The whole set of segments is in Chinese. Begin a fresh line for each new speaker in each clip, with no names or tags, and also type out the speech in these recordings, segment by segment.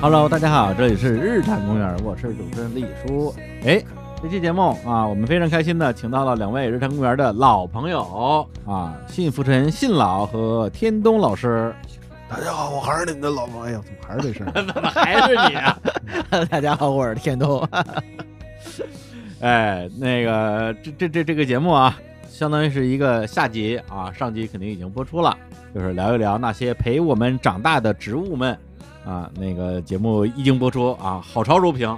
Hello，大家好，这里是日坛公园，我是主持人李叔。哎，这期节目啊，我们非常开心的请到了两位日坛公园的老朋友啊，信福臣信老和天东老师。
大家好，我还是你们的老朋友，怎么还是这事儿？
怎么还是你啊？
大家好，我是天东。
哎，那个这这这这个节目啊，相当于是一个下集啊，上集肯定已经播出了，就是聊一聊那些陪我们长大的植物们啊。那个节目一经播出啊，好潮如萍，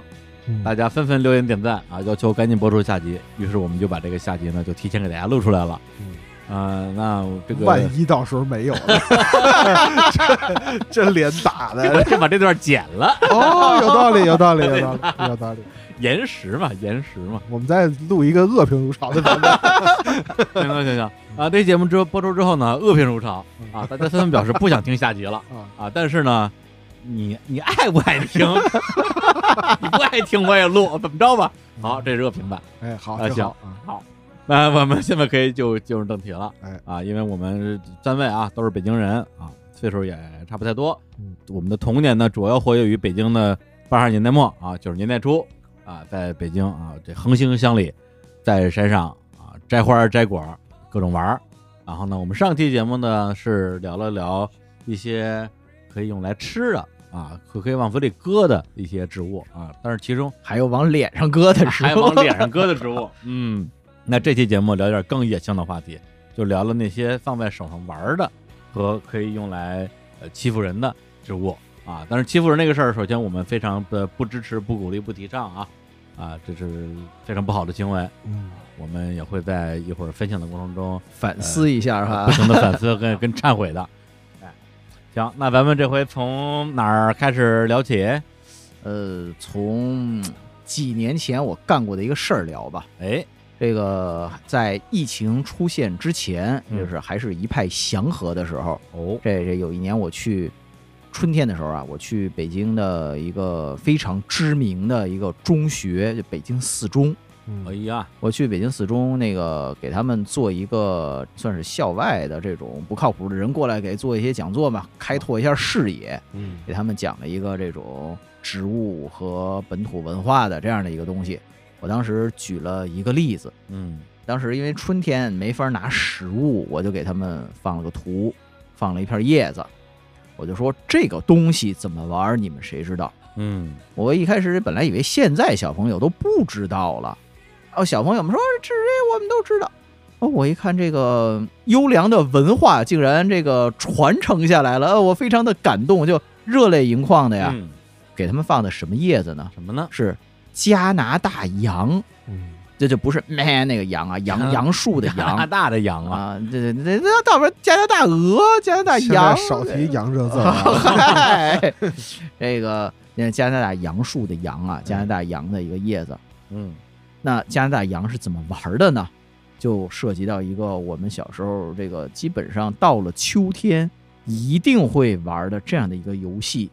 大家纷纷留言点赞啊，要求赶紧播出下集。于是我们就把这个下集呢，就提前给大家录出来了。
嗯
啊、那 这个，
万一到时候没有了， 这这脸打的
就把这段剪了，
哦，有道理，有道理，有道理，有道理。
延时嘛，延时嘛。
我们再录一个恶评如潮的版本，
行行行行啊，这节目之后播出之后呢，恶评如潮啊，大家纷纷表示不想听下集了
啊
啊，但是呢，你你爱不爱听？ 你不爱听我也录，怎么着吧？ 好，这是恶评版。
哎，好，
啊
挺
行
好啊，
那我们现在可以就进入正题了，
哎
啊，因为我们三位啊都是北京人啊，岁数也差不太多，
嗯
我们的童年呢主要活跃于北京的八十年代末啊九十年代初啊，在北京啊这横行乡里，在山上啊摘花儿摘果儿各种玩儿，然后呢，我们上期节目呢是聊了聊一些可以用来吃的啊，可可以往嘴里搁的一些植物啊，但是其中
还有往脸上搁的时候，
还往脸上
啊
搁的植物。嗯，那这期节目聊点更野性的话题，就聊了那些放在手上玩儿的和可以用来呃欺负人的植物啊。但是欺负人这个事儿，首先我们非常的不支持、不鼓励、不提倡啊啊，这是非常不好的行为。
嗯，
我们也会在一会儿分享的过程中
反思一下
不
哈。
停的反思跟跟忏悔 的。哎，行，那咱们这回从哪儿开始聊起？
呃，从嗯几年前我干过的一个事儿聊吧。
哎，
这个在疫情出现之前，
嗯
就是还是一派祥和的时候，
哦，
这这有一年我去春天的时候啊，我去北京的一个非常知名的一个中学，就北京四中。
嗯
哎呀，
我去北京四中那个给他们做一个算是校外的这种不靠谱的人过来给做一些讲座嘛，开拓一下视野，
嗯
给他们讲了一个这种植物和本土文化的这样的一个东西。我当时举了一个例子，
嗯
当时因为春天没法拿实物，我就给他们放了个图，放了一片叶子，我就说这个东西怎么玩儿，你们谁知道？
嗯，
我一开始本来以为现在小朋友都不知道了，哦，小朋友们说这这我们都知道。哦，我一看这个优良的文化竟然这个传承下来了，呃我非常的感动，就热泪盈眶的呀。
嗯
给他们放的什么叶子呢？
什么呢？
是加拿大杨，
嗯，
这就不是咩那个杨啊，杨杨树的
加拿
杨
大的羊啊，
啊，这这这那倒不是加拿大鹅，加拿大
现在
羊，
少提洋这字 儿啊，
嗨，这个那加拿大杨树的杨啊，加拿大杨的一个叶子。
嗯
那加拿大杨是怎么玩的呢？就涉及到一个我们小时候这个基本上到了秋天一定会玩的这样的一个游戏，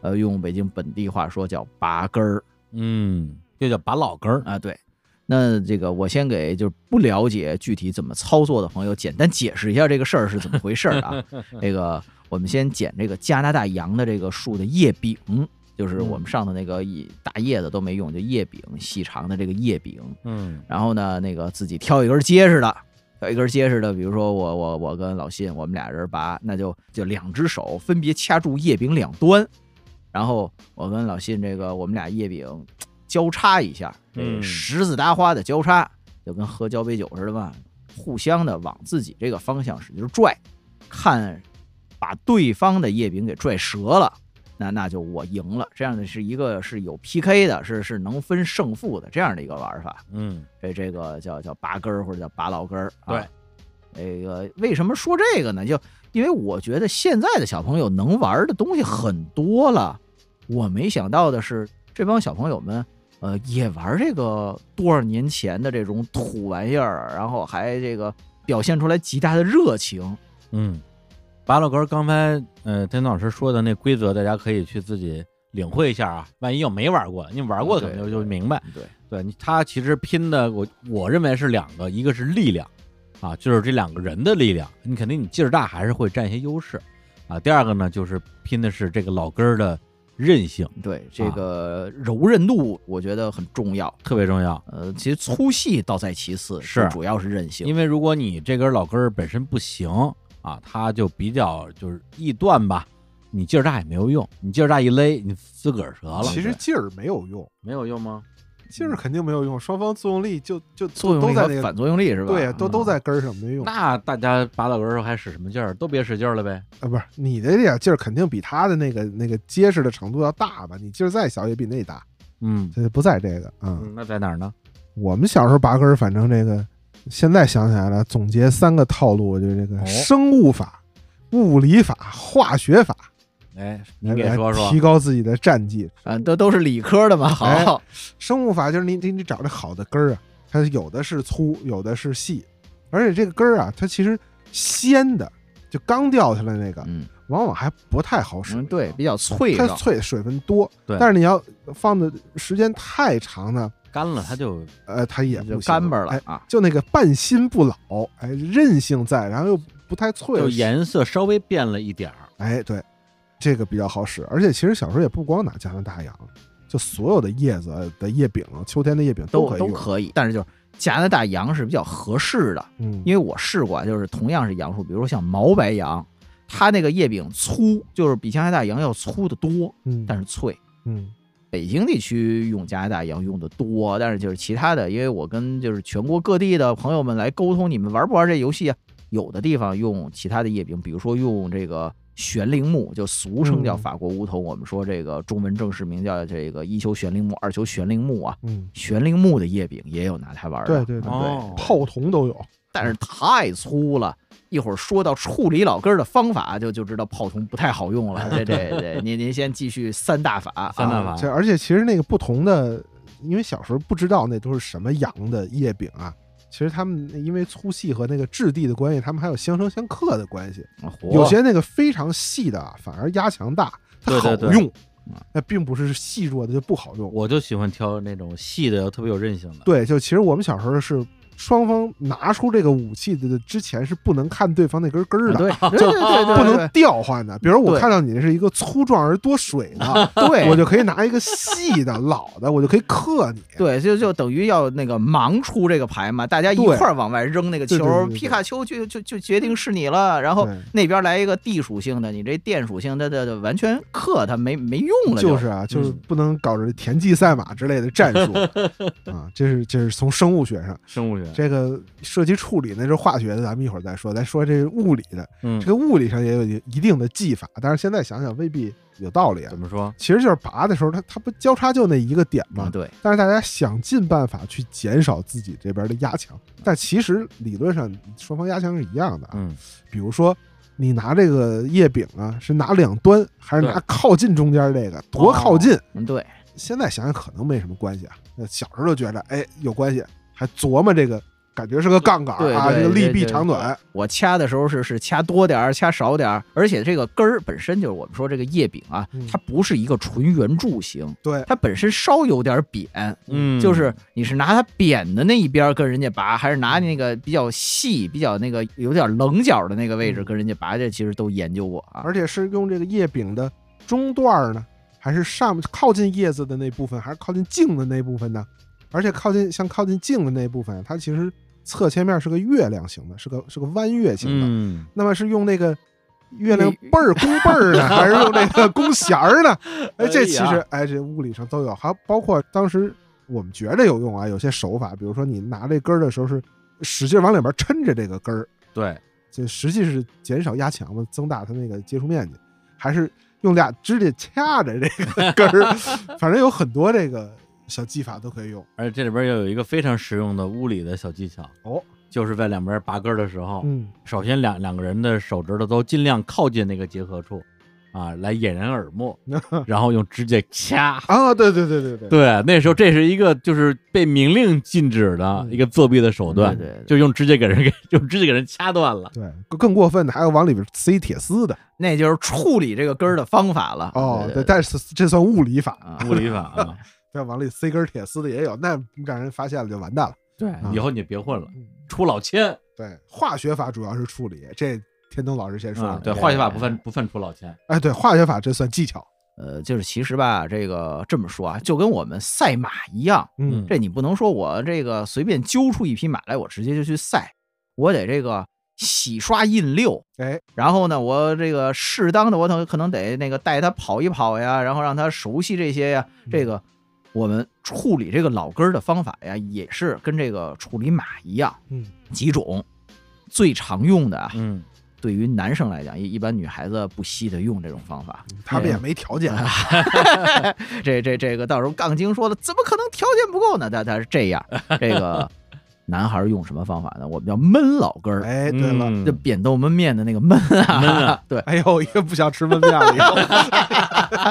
呃，用北京本地话说叫拔根儿
嗯，就叫拔老根儿。
啊，对。那这个我先给就是不了解具体怎么操作的朋友简单解释一下这个事儿是怎么回事儿啊。这个我们先捡这个加拿大杨的这个树的叶柄，就是我们上的那个一大叶子都没用，就叶柄细长的这个叶柄。
嗯
然后呢，那个自己挑一根结实的，挑一根结实的，比如说我我我跟老信，我们俩人拔，那就就两只手分别掐住叶柄两端，然后我跟老信这个我们俩叶柄交叉一下，
嗯
这十字搭花的交叉，就跟喝交杯酒似的嘛，互相的往自己这个方向使劲拽，看把对方的叶柄给拽折了。那那就我赢了，这样的是一个是有 PK 的，是是能分胜负的这样的一个玩法。
嗯
这这个叫叫拔根儿或者叫拔老根儿、啊。
对，
那个为什么说这个呢？就因为我觉得现在的小朋友能玩的东西很多了，我没想到的是这帮小朋友们。呃，也玩这个多少年前的这种土玩意儿，然后还这个表现出来极大的热情。
嗯，拔老根儿。刚才呃，天老师说的那规则，大家可以去自己领会一下啊。万一有没玩过的，你玩过的可能就就明白。
对，
对，你它其实拼的，我我认为是两个，一个是力量啊，就是这两个人的力量，你肯定你劲儿大还是会占一些优势啊。第二个呢，就是拼的是这个老根儿的韧性
对这个柔韧度，我觉得很重要。
特别重要。
呃，其实粗细倒在其次，
是
主要是韧性。
因为如果你这根老根儿本身不行啊，它就比较就是易断吧。你劲儿大也没有用，你劲儿大一勒，你自个儿折了。
其实劲儿没有用，
没有用吗？嗯
劲儿肯定没有用，双方作用力就就
作
都
用
都在
力和
那个
反作用力是吧？
对，
嗯
都都在根儿上没用啊，
那大家拔老根儿的时候还使什么劲儿？都别使劲儿了呗。
啊不是你的这点劲儿肯定比他的那个那个结实的程度要大吧？你劲儿再小也比那大，
嗯，
这不在这个啊。
嗯那在哪儿呢？
我们小时候拔根儿，反正这个现在想起来了，总结三个套路，就是这
哦
个生物法、物理法、化学法，
哎，你
来
给
来
说说
提。高自己的战绩。
啊，都都是理科的嘛。
哎
好，
生物法就是你你你找这好的根儿啊，它有的是粗，有的是细，而且这个根儿啊，它其实鲜的，就刚掉下来那个，
嗯
往往还不太好使。啊
嗯，对，比较脆
它
弱。
脆，水分多。
对
但是你要放的时间太长呢，
干了它就
呃，它也
就
不行
干巴了
哎
啊，
就那个半新不老，哎，韧性在，然后又不太脆，
就颜色稍微变了一点儿。
哎，对，这个比较好使。而且其实小时候也不光拿加拿大洋，就所有的叶子呃的叶柄，秋天的叶柄
都
可以
都
用。
可以。但是就是加拿大羊是比较合适的，
嗯，
因为我试过啊，就是同样是杨树，比如说像毛白杨，它那个叶柄粗，就是比加拿大杨要粗得多，
嗯，
但是脆。
嗯
北京地区用加拿大洋用的多，但是就是其他的，因为我跟就是全国各地的朋友们来沟通，你们玩不玩这游戏啊？有的地方用其他的叶柄，比如说用这个悬铃木，就俗称叫
嗯
法国梧桐，我们说这个中文正式名叫这个一球悬铃木，二球悬铃木啊。
嗯，
悬铃木的叶柄也有拿它玩的，
对对对
哦
泡桐都有。
但是太粗了。一会儿说到处理老根儿的方法，就就知道泡桐不太好 用了。这这这，您您先继续三大法啊，
三大法
啊这而且其实那个不同的，因为小时候不知道那都是什么羊的叶柄啊。其实他们因为粗细和那个质地的关系，他们还有相生相克的关系。
啊活
有些那个非常细的啊反而压强大，它
对
好
对
用。
对
嗯
那并不是细弱的就不好用。
我就喜欢挑那种细的，特别有韧性的。
对，就其实我们小时候是双方拿出这个武器的之前是不能看对方那根根儿的。
对对啊对
就
对对，
不能调换的，比如我
对
看到你是一个粗壮而多水的，
对
我就可以拿一个细的、老的，我就可以克你。
对，就就等于要那个盲出这个牌嘛，大家一
对
块儿往外扔那个
对对对
球，
对对
皮卡丘就就就决定是你了，然后
对
那边来一个地属性的，你这电属性的的的完全克它没没用了，嗯
就是啊，就是不能搞这田忌赛马之类的战 术啊，这是这是从生物学上，
生物学，
这个涉及处理那是化学的，咱们一会儿再说，咱说这是物理的，
嗯
这，个物理上也有一定的技法，但是现在想想未必有道理啊
怎。么说？
其实就是拔的时候，它它不交叉就那一个点
啊
吗？
对，
但是大家想尽办法去减少自己这边的压强，但其实理论上双方压强是一样的啊。
嗯，
比如说，你拿这个叶柄啊，是拿两端还是拿靠近中间这个？多靠近？
嗯对，
现在想想可能没什么关系啊。那小时候就觉着哎有关系，还琢磨这个，感觉是个杠杆
对
啊，
对
这个利
对
弊
对啊
长短。
我掐的时候是是掐多点儿，掐少点儿，而且这个根儿本身就是我们说这个叶柄啊
嗯，
它不是一个纯圆柱形，
对
它本身稍有点扁，
嗯
就是你是拿它扁的那一边儿跟人家拔，还是拿那个比较细、比较那个有点棱角的那个位置
嗯
跟人家拔，这其实都研究过啊。
而且是用这个叶柄的中段儿呢，还是上靠近叶子的那部分，还是靠近茎的那部分呢？而且靠近像靠近茎的那部分，它其实侧切面是个月亮形的，是个是个弯月形的。
嗯，
那么是用那个月亮倍 儿弓背儿呢，还是用那个弓弦儿 呢？哎，这其
哎
实哎，这物理上都有，还有包括当时我们觉着有用啊，有些手法，比如说你拿这根儿的时候是使劲往里边抻着这个根儿，
对，
这实际是减少压强嘛，增大它那个接触面积，还是用俩指甲掐着这个根 儿，反正有很多这个小技法都可以用。
而且这里边又有一个非常实用的物理的小技巧
哦，
就是在两边拔根儿的时候，
嗯，
首先两两个人的手指头都尽量靠近那个结合处，啊，来掩人耳 目，然后用指甲掐。
啊，对对对对对，
对，那时候这是一个就是被明令禁止的一个作弊的手段，
对对对
就用指甲给人给 用指甲给人掐断了。
对，更更过分的还有往里边塞铁丝的
那就是处理这个根儿的方法了。
哦，
对
但是这算物理法，
啊，
物理法啊，
要往里塞根铁丝的也有，那让人发现了就完蛋了。
对，啊以后你就别混了，
嗯
出老千
对，化学法主要是处理，这天东老师先说
啊
了，。
对，
对
化学法不犯不犯出老千，
哎，对，化学法这算技巧，
呃，就是其实吧，这个这么说啊，就跟我们赛马一样，
嗯
这你不能说我这个随便揪出一匹马来，我直接就去赛，我得这个洗刷印溜，
哎，
然后呢，我这个适当的我可可能得那个带他跑一跑呀，然后让他熟悉这些呀，这个我们处理这个老根儿的方法呀，也是跟这个处理马一样，
嗯，
几种最常用的啊，
嗯
对于男生来讲，一一般女孩子不惜的用这种方法。
他们也没啊条件，
这这这个到时候杠精说了，怎么可能条件不够呢？他他是这样，这 个男孩用什么方法呢？我们叫焖老根儿，
哎，对了，
嗯
就扁豆焖面的那个焖啊，
焖啊
对，
哎呦，也不想吃焖面了以后，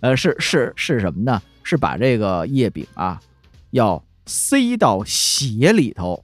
呃，是是是什么呢？是把这个叶饼啊，要塞到血里头，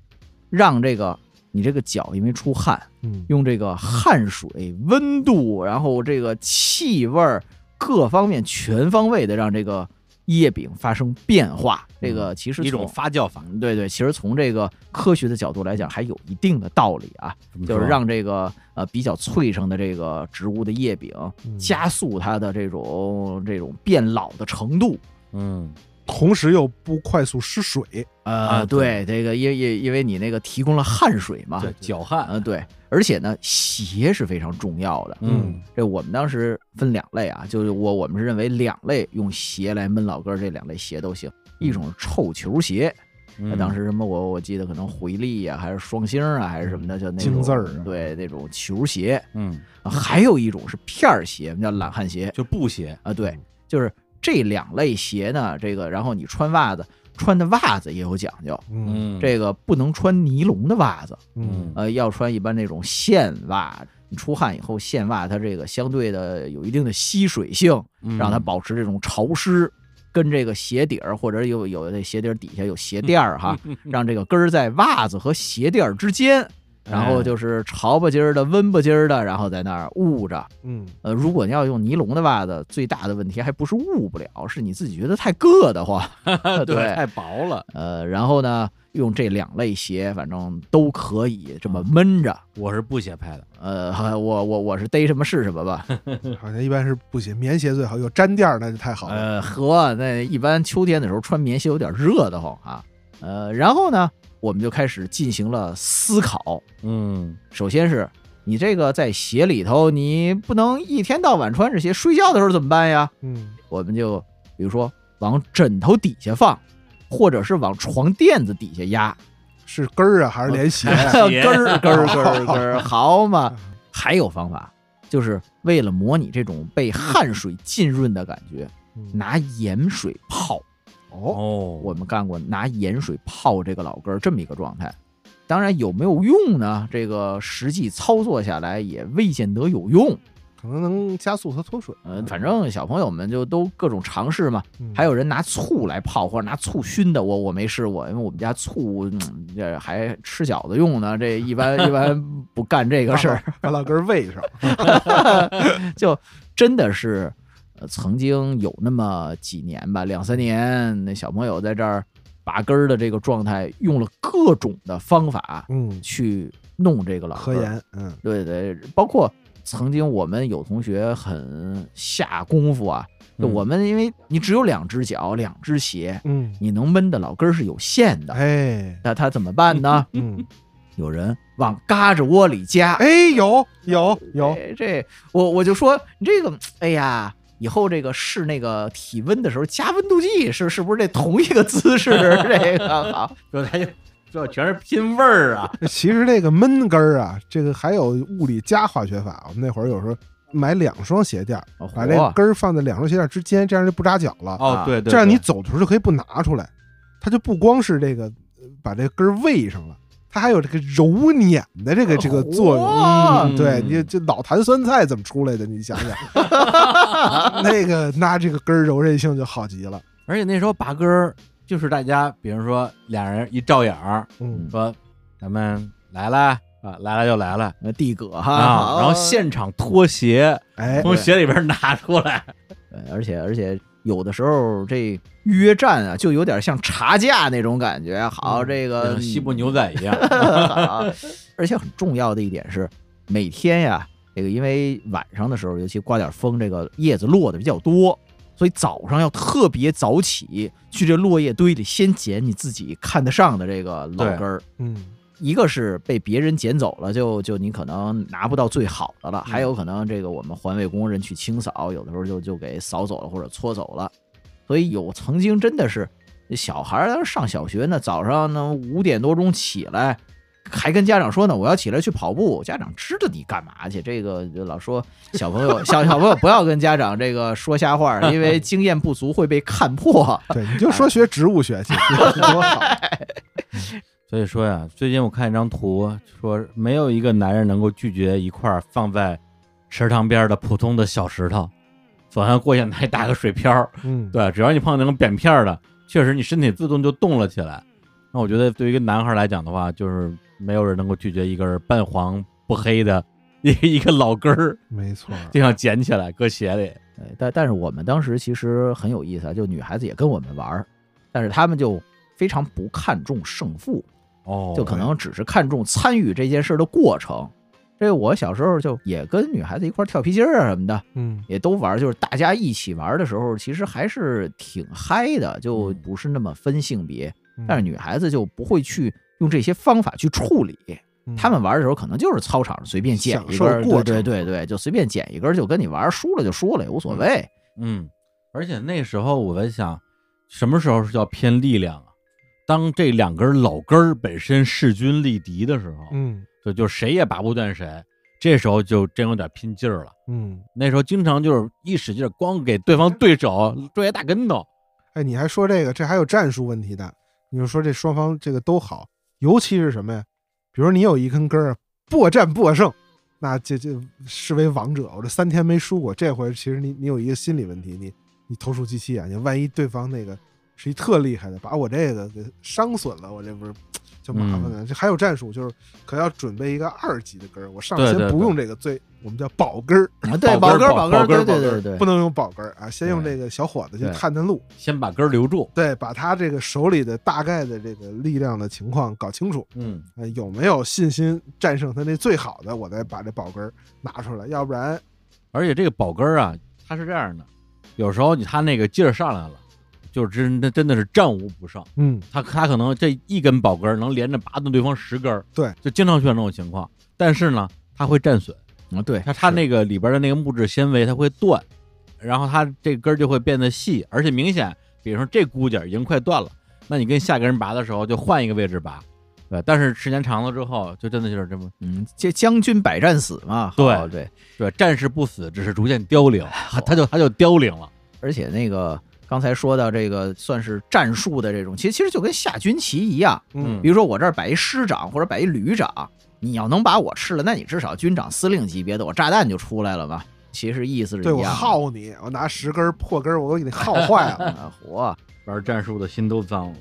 让这个你这个脚因为出汗，
嗯
用这个汗水、温度，然后这个气味儿各方面全方位的让这个叶饼发生变化。这个其实
嗯一种
从
发酵法，
嗯对对，其实从这个科学的角度来讲，还有一定的道理啊，
怎么
就是
说
让这个呃比较脆生的这个植物的叶饼
嗯
加速它的这种这种变老的程度。
嗯
同时又不快速失水，
呃
啊，
对，这个因因因为你那个提供了汗水嘛，
对搅拌，
呃，对，而且呢，鞋是非常重要的。
嗯
这我们当时分两类啊，就是我我们是认为两类用鞋来闷老根儿，这两类鞋都行。一种是臭球鞋，那
嗯
当时什么我我记得可能回力呀、还是双星啊，还是什么的，就那种
金字儿啊
对那种球鞋。
嗯
啊还有一种是片儿鞋，我们叫懒汉鞋
就布鞋，
啊，对，就是这两类鞋呢，这个然后你穿袜子，穿的袜子也有讲究，
嗯
嗯
这个不能穿尼龙的袜子。
嗯
呃，要穿一般那种线袜。你出汗以后，线袜它这个相对的有一定的吸水性，让它
嗯
保持这种潮湿，跟这个鞋底儿或者有有的鞋底儿底下有鞋垫儿哈，
嗯
让这个根儿在袜子和鞋垫儿之间，然
哎
后就是潮吧唧儿的、温吧唧儿的，然后在那儿捂着。
嗯，
呃，如果你要用尼龙的袜子，最大的问题还不是捂不了，是你自己觉得太硌得慌。
对
对
太薄了，
呃，然后呢，用这两类鞋，反正都可以这么闷着。
我是布鞋拍的，
呃， 我我我是逮什么是什么吧。
嗯好像一般是不行，棉鞋最好，有粘垫儿那就太好了，
呃，和那一般秋天的时候穿棉鞋有点热得慌啊。呃，然后呢，我们就开始进行了思考。
嗯
首先是你这个在鞋里头，你不能一天到晚穿着鞋，睡觉的时候怎么办呀？
嗯
我们就比如说往枕头底下放，或者是往床垫子底下压，
是跟儿啊还是连鞋？
鞋
根儿根儿根儿根儿，好嘛。还有方法，就是为了模拟这种被汗水浸润的感觉，
嗯
拿盐水泡。
哦，
哦
我们干过拿盐水泡这个老根儿这么一个状态。当然有没有用呢？这个实际操作下来也未见得有用。
可能能加速它脱水。
呃，反正小朋友们就都各种尝试嘛。
嗯
还有人拿醋来泡或者拿醋熏的，我我没试过，因为我们家醋嗯这、还吃饺子用呢，这一般一般不干这个事 儿。
把老根儿喂上，
就真的是，呃，曾经有那么几年吧，两三年，那小朋友在这儿拔根儿的这个状态，用了各种的方法
嗯，
去弄这个老
科
根儿。
研，嗯
对对，包括曾经我们有同学很下功夫啊，就
嗯
我们因为你只有两只脚、两只鞋，
嗯，
你能闷的老根儿是有限的，
哎，
那他怎么办呢？
嗯，
有人往嘎吱窝里夹，
哎，有有有，
哎这我我就说你这个，哎呀，以后这个试那个体温的时候加温度计，是是不是这同一个 姿势？这个好，
这它就这全是拼味儿啊，
其实这个闷根儿啊，这个还有物理加化学法。我们那会儿有时候买两双鞋垫儿，把这个
嚯
根儿放在两双鞋垫儿之间，这样就不扎脚了。
哦对对，
这样你
对
走的时候就可以不拿出来，它就不光是这个呃把这个根儿喂上了，它还有这个揉捻的这个这个作用。
哇
嗯对，你这老坛酸菜怎么出来的？你想想，那个拿这个根儿柔韧性就好极了。
而且那时候拔根儿就是大家，比如说俩人一照眼儿，
嗯
说咱们来啦啊，来了就来了
那地葛哈，
啊，
好
然后现场脱鞋，
哎，
从鞋里边拿出来，
对，呃而且而且有的时候这约战啊，就有点像茶架那种感觉。啊好，
嗯
这
就
个
像西部牛仔一样，
好而且很重要的一点是，每天呀这个因为晚上的时候，尤其刮点风，这个叶子落的比较多，所以早上要特别早起，去这落叶堆里先捡你自己看得上的这个老根儿。
嗯，
一个是被别人捡走了，就就你可能拿不到最好的了，
嗯
还有可能这个我们环卫工人去清扫，有的时候就就给扫走了或者搓走了，所以有曾经真的是小孩儿上小学呢，早上呢五点多钟起来，还跟家长说呢我要起来去跑步，家长知道你干嘛去？这个就老说小朋友小小朋友不要跟家长这个说瞎话，因为经验不足会被看破。
对，你就
哎
说学植物学去， 多好。
所以说呀，最近我看一张图，说没有一个男人能够拒绝一块放在池塘边的普通的小石头，总要过去拿一大个水漂儿。
嗯，
对，只要你碰到那种扁片儿的，确实你身体自动就动了起来。那我觉得对于一个男孩来讲的话，就是没有人能够拒绝一根半黄不黑的一一个老根儿，
没错儿。
就想捡起来搁鞋里。
对，哎但但是我们当时其实很有意思啊，就女孩子也跟我们玩儿，但是她们就非常不看重胜负，
哦
就可
哎
能只是看重参与这件事的过程。这个我小时候就也跟女孩子一块儿跳皮筋儿啊什么的，
嗯，
也都玩儿，就是大家一起玩儿的时候，其实还是挺嗨的，就
嗯
不是那么分性别。
嗯
但是女孩子就不会去用这些方法去处理，他们玩的时候可能就是操场上随便捡
嗯
一
享受
根儿，
过
对
程
对对对，就随便捡一根儿，就跟你玩儿，输了就输了也无所谓。
嗯，而且那时候我在想，什么时候是叫偏力量啊？当这两根老根儿本身势均力敌的时候，
嗯
就就谁也拔不断谁，这时候就真有点拼劲儿了。
嗯，
那时候经常就是一使劲儿，光给对方对手摔一大跟头。
哎，你还说这个，这还有战术问题的。你就说这双方这个都好，尤其是什么呀？比如你有一根根儿破战破胜，那这这视为王者。我这三天没输过，这回其实你你有一个心理问题，你你投鼠忌器啊，你万一对方那个是一特厉害的，把我这个给伤损了，我这不是就麻烦
嗯
了？这还有战术，就是可要准备一个二级的根儿，我上
对
先
对
不
对
用这个最我们叫宝根儿，
啊，对，
宝
宝
根
根
儿
儿，宝根
宝
儿，
根儿
对对
宝根儿
对对
不
对，
能用宝根儿啊，先用
对
这个小伙子去
对
探探路。
先把根儿留住，
对，把他这个手里的大概的这个力量的情况搞清楚，
嗯，
呃，有没有信心战胜他那最好的，我再把这宝根儿拿出来，要不然，
而且这个宝根儿啊，它是这样的，有时候你他那个劲儿上来了，就真真的是战无不胜。
嗯，
他他可能这一根宝根儿能连着拔断对方十根儿，
对，
就经常出现这种情况。但是呢，它会战损，
啊，对，
它它
是
那个里边的那个木质纤维它会断，然后它这根儿就会变得细，而且明显，比如说这骨节儿已经快断了，那你跟下个人拔的时候就换一个位置拔，对。但是时间长了之后，就真的就是这么，
嗯，这将军百战死嘛，
对
好对，
对，战士不死，只是逐渐凋零，它它就它就凋零了，
而且那个刚才说到这个算是战术的这种，其实其实就跟下军棋一样，
嗯
比如说我这儿摆一师长或者摆一旅长，你要能把我吃了，那你至少军长、司令级别的，我炸弹就出来了嘛，其实意思是一
对
样
我
的。
耗你，我拿十根儿破根儿，我都给你耗坏了。
啊，活，
玩战术的心都脏了。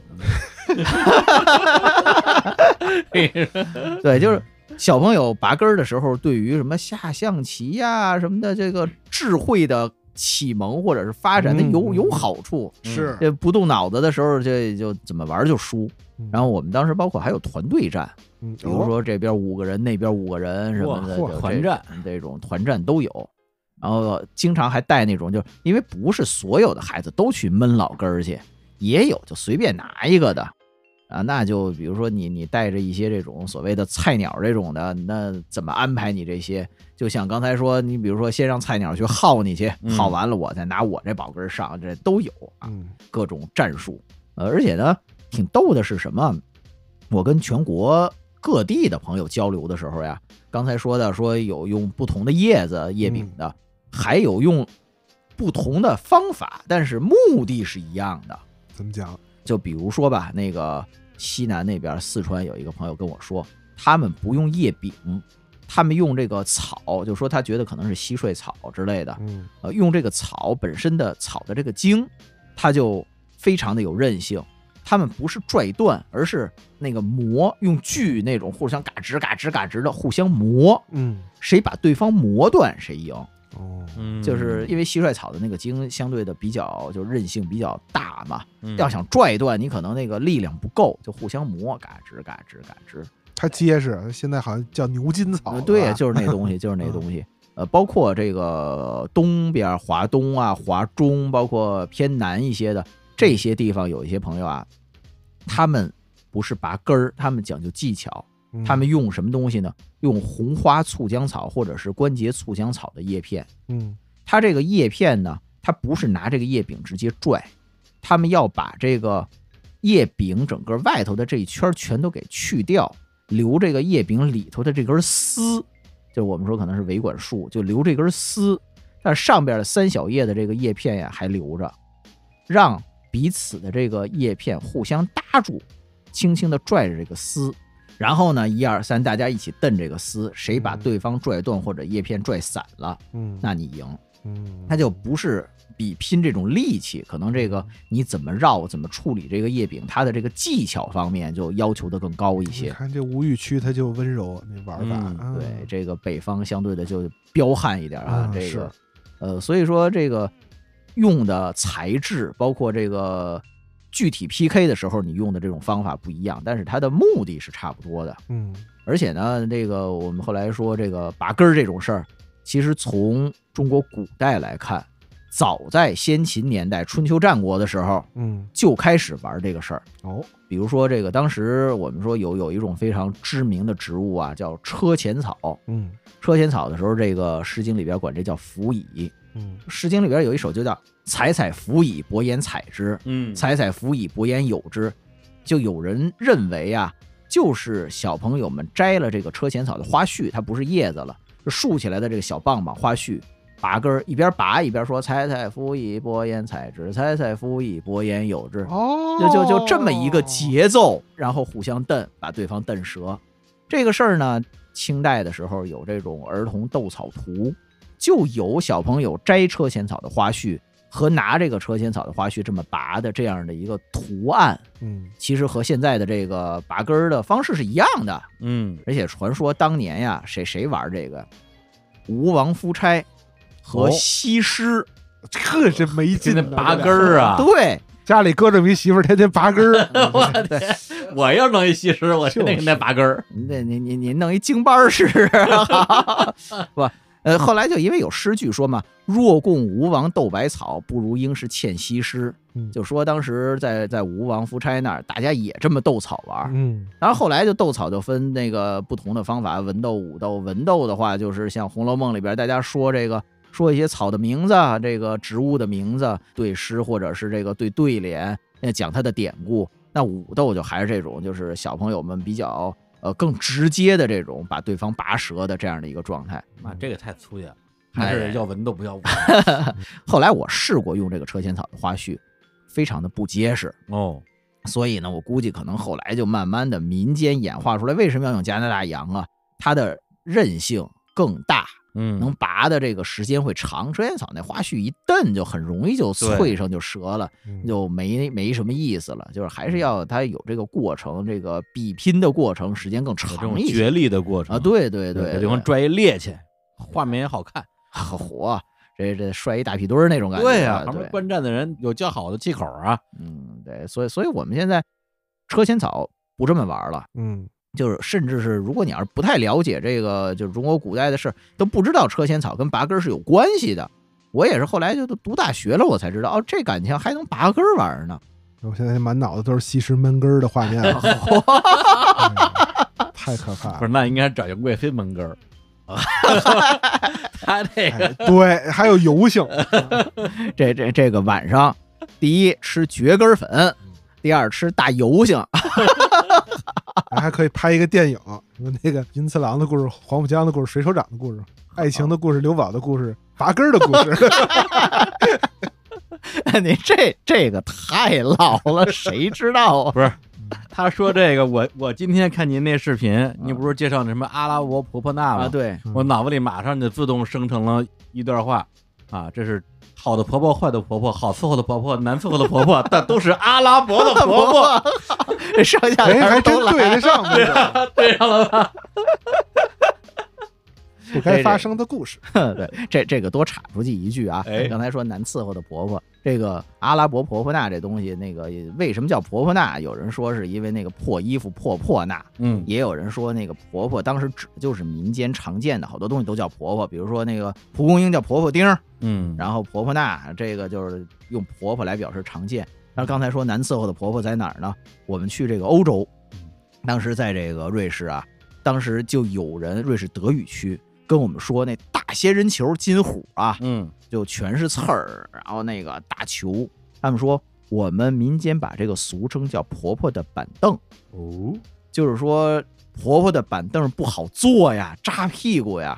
对，就是小朋友拔根儿的时候，对于什么下象棋呀、什么的这个智慧的启蒙或者是发展，它有
嗯
有好处。
嗯
是，
这不动脑子的时候，这就怎么玩就输。
嗯
然后我们当时包括还有团队战，
嗯，
比如说这边五个人，那边五个人什么的，
哦哇
就这
团战
这种团战都有。然后经常还带那种，就是因为不是所有的孩子都去闷老根儿去，也有就随便拿一个的啊。那就比如说你你带着一些这种所谓的菜鸟这种的，那怎么安排你这些？就像刚才说，你比如说先让菜鸟去耗你去，
嗯
耗完了我再拿我这宝根儿上，这都有啊。
嗯，
各种战术。呃，而且呢，挺逗的是什么？我跟全国各地的朋友交流的时候呀，刚才说的说有用不同的叶子叶柄的，还有用不同的方法，但是目的是一样的。
怎么讲？
就比如说吧，那个西南那边四川有一个朋友跟我说，他们不用叶柄，他们用这个草，就说他觉得可能是蟋蟀草之类的，
嗯
呃，用这个草本身的草的这个茎，它就非常的有韧性。它们不是拽断，而是那个磨，用锯那种互相嘎吱嘎吱嘎吱的互相磨，
嗯，
谁把对方磨断谁赢。
哦，
嗯，
就是因为蟋蟀草的那个茎相对的比较就韧性比较大嘛，
嗯
要想拽断，你可能那个力量不够，就互相磨，嘎吱嘎吱嘎吱。
它结实，现在好像叫牛筋草了
呃
吧。啊嗯
对呀，就是那东西，就是那东西。呃，包括这个东边儿华东啊、华中，包括偏南一些的这些地方，有一些朋友啊，他们不是拔根儿，他们讲究技巧，
嗯
他们用什么东西呢？用红花醋浆草或者是关节醋浆草的叶片。
嗯
它这个叶片呢，它不是拿这个叶柄直接拽，他们要把这个叶柄整个外头的这一圈儿全都给去掉，留这个叶柄里头的这根丝，就我们说可能是维管束，就留这根丝，但是上边的三小叶的这个叶片呀还留着，让彼此的这个叶片互相搭住，轻轻地拽着这个丝。然后呢，一二三，大家一起蹬这个丝，谁把
嗯
对方拽断或者叶片拽散了，
嗯
那你赢。
嗯，
它就不是比拼这种力气，可能这个你怎么绕、怎么处理这个叶柄，它的这个技巧方面就要求的更高一
你
些。
看这吴玉区他就温柔那玩法
嗯，
啊
对，这个北方相对的就彪悍一点啊
啊，
这个
是，
呃，所以说这个用的材质，包括这个具体 PK 的时候你用的这种方法不一样，但是它的目的是差不多的。
嗯
而且呢，这个我们后来说这个拔根儿这种事儿，其实从中国古代来看，早在先秦年代、春秋战国的时候
嗯
就开始玩这个事儿。
哦
比如说这个，当时我们说有有一种非常知名的植物啊，叫车前草。
嗯
车前草的时候，这个《诗经》里边管这叫辅以，
嗯
《诗经》里边有一首就叫“采采辅以，伯言采之”。
嗯
采采辅以伯言有之。就有人认为啊，就是小朋友们摘了这个车前草的花絮，它不是叶子了，是竖起来的这个小棒棒花絮，拔根儿，一边拔一边说：“采采辅以伯言采之，采采辅以伯言有之。”
哦，
就就就这么一个节奏，然后互相蹬，把对方蹬折。这个事儿呢，清代的时候有这种儿童斗草图，就有小朋友摘车前草的花絮和拿这个车前草的花絮这么拔的这样的一个图案，
嗯
其实和现在的这个拔根儿的方式是一样的。
嗯
而且传说当年呀，谁谁玩这个，吴王夫差和
哦
西施，
这真没劲
那
呐，
拔根儿啊！
对，
家里搁这么一媳妇儿，天天拔根儿，
我天！我要弄一西施，我天天给他拔根儿。
那你你你弄一京班儿试试， 不？呃，后来就因为有诗句说嘛，“若共吴王斗百草，不如应是倩西施”，
嗯
就说当时在在吴王夫差那儿，大家也这么斗草玩儿。
嗯
然后后来就斗草就分那个不同的方法，文斗、武斗。文斗的话，就是像《红楼梦》里边大家说这个说一些草的名字，啊这个植物的名字，对诗或者是这个对对联，那讲它的典故。那武斗就还是这种，就是小朋友们比较呃更直接的这种把对方拔舌的这样的一个状态。
妈，这个太粗野了，还是要文都不要武。
后来我试过用这个车前草的花絮，非常的不结实。
哦，
所以呢，我估计可能后来就慢慢的民间演化出来，为什么要用加拿大羊啊？它的韧性更大，
嗯
能拔的这个时间会长。车间草那花絮一蹬就很容易就脆上就折了，
嗯
就没没什么意思了。就是还是要它有这个过程，这个比拼的过程，时间更
有这种
长一些
角力的过程
啊。对对
对，
对，
给对方
对
拽一趔趄，画面也好看。
好火，这这摔一大屁墩儿那种感觉。
呀，
啊，
旁边
对
观战的人有较好的气口啊。
嗯对，所以所以我们现在车前草不这么玩了。
嗯
就是甚至是如果你要是不太了解这个就是中国古代的事儿，都不知道车前草跟拔根儿是有关系的。我也是后来就都读大学了，我才知道哦，这感情还能拔根儿玩儿呢。
嗯我现在满脑子都是西施闷根儿的画面 了，哎太可怕
不是，
了。
那应该找杨贵妃蒙根 儿。他这
哎
个，
对，还有油性，
这这这个晚上，第一吃蕨根儿粉，第二吃大油性，
还可以拍一个电影，什么那个银次郎的故事、黄浦江的故事、水手长的故事、爱情的故事、刘宝的故事、拔根儿的故事。
你这这个太老了，谁知道啊？
他说这个，我我今天看您那视频，你不是介绍那什么阿拉伯婆婆纳吗？
啊， 对，
我脑子里马上就自动生成了一段话啊，这是好的婆婆、坏的婆婆、好伺候的婆婆、难伺候的婆婆， 但都是阿拉伯的婆婆，
这上下
哎，
联
还
儿
真
都来
对得上，这个
对上了吧？
不该
哎
发生的故事。
对，这这个多插出去一句啊
哎，
刚才说难伺候的婆婆，这个阿拉伯婆婆纳这东西，那个为什么叫婆婆纳？有人说是因为那个破衣服破破纳，
嗯
也有人说那个婆婆当时指的就是民间常见的好多东西都叫婆婆，比如说那个蒲公英叫婆婆丁儿，
嗯，
然后婆婆纳这个就是用婆婆来表示常见。但是刚才说难伺候的婆婆在哪儿呢？我们去这个欧洲，当时在这个瑞士啊，当时就有人瑞士德语区跟我们说，那大仙人球、金虎啊，
嗯
就全是刺儿，然后那个大球，他们说我们民间把这个俗称叫婆婆的板凳，
哦，
就是说婆婆的板凳不好坐呀，扎屁股呀，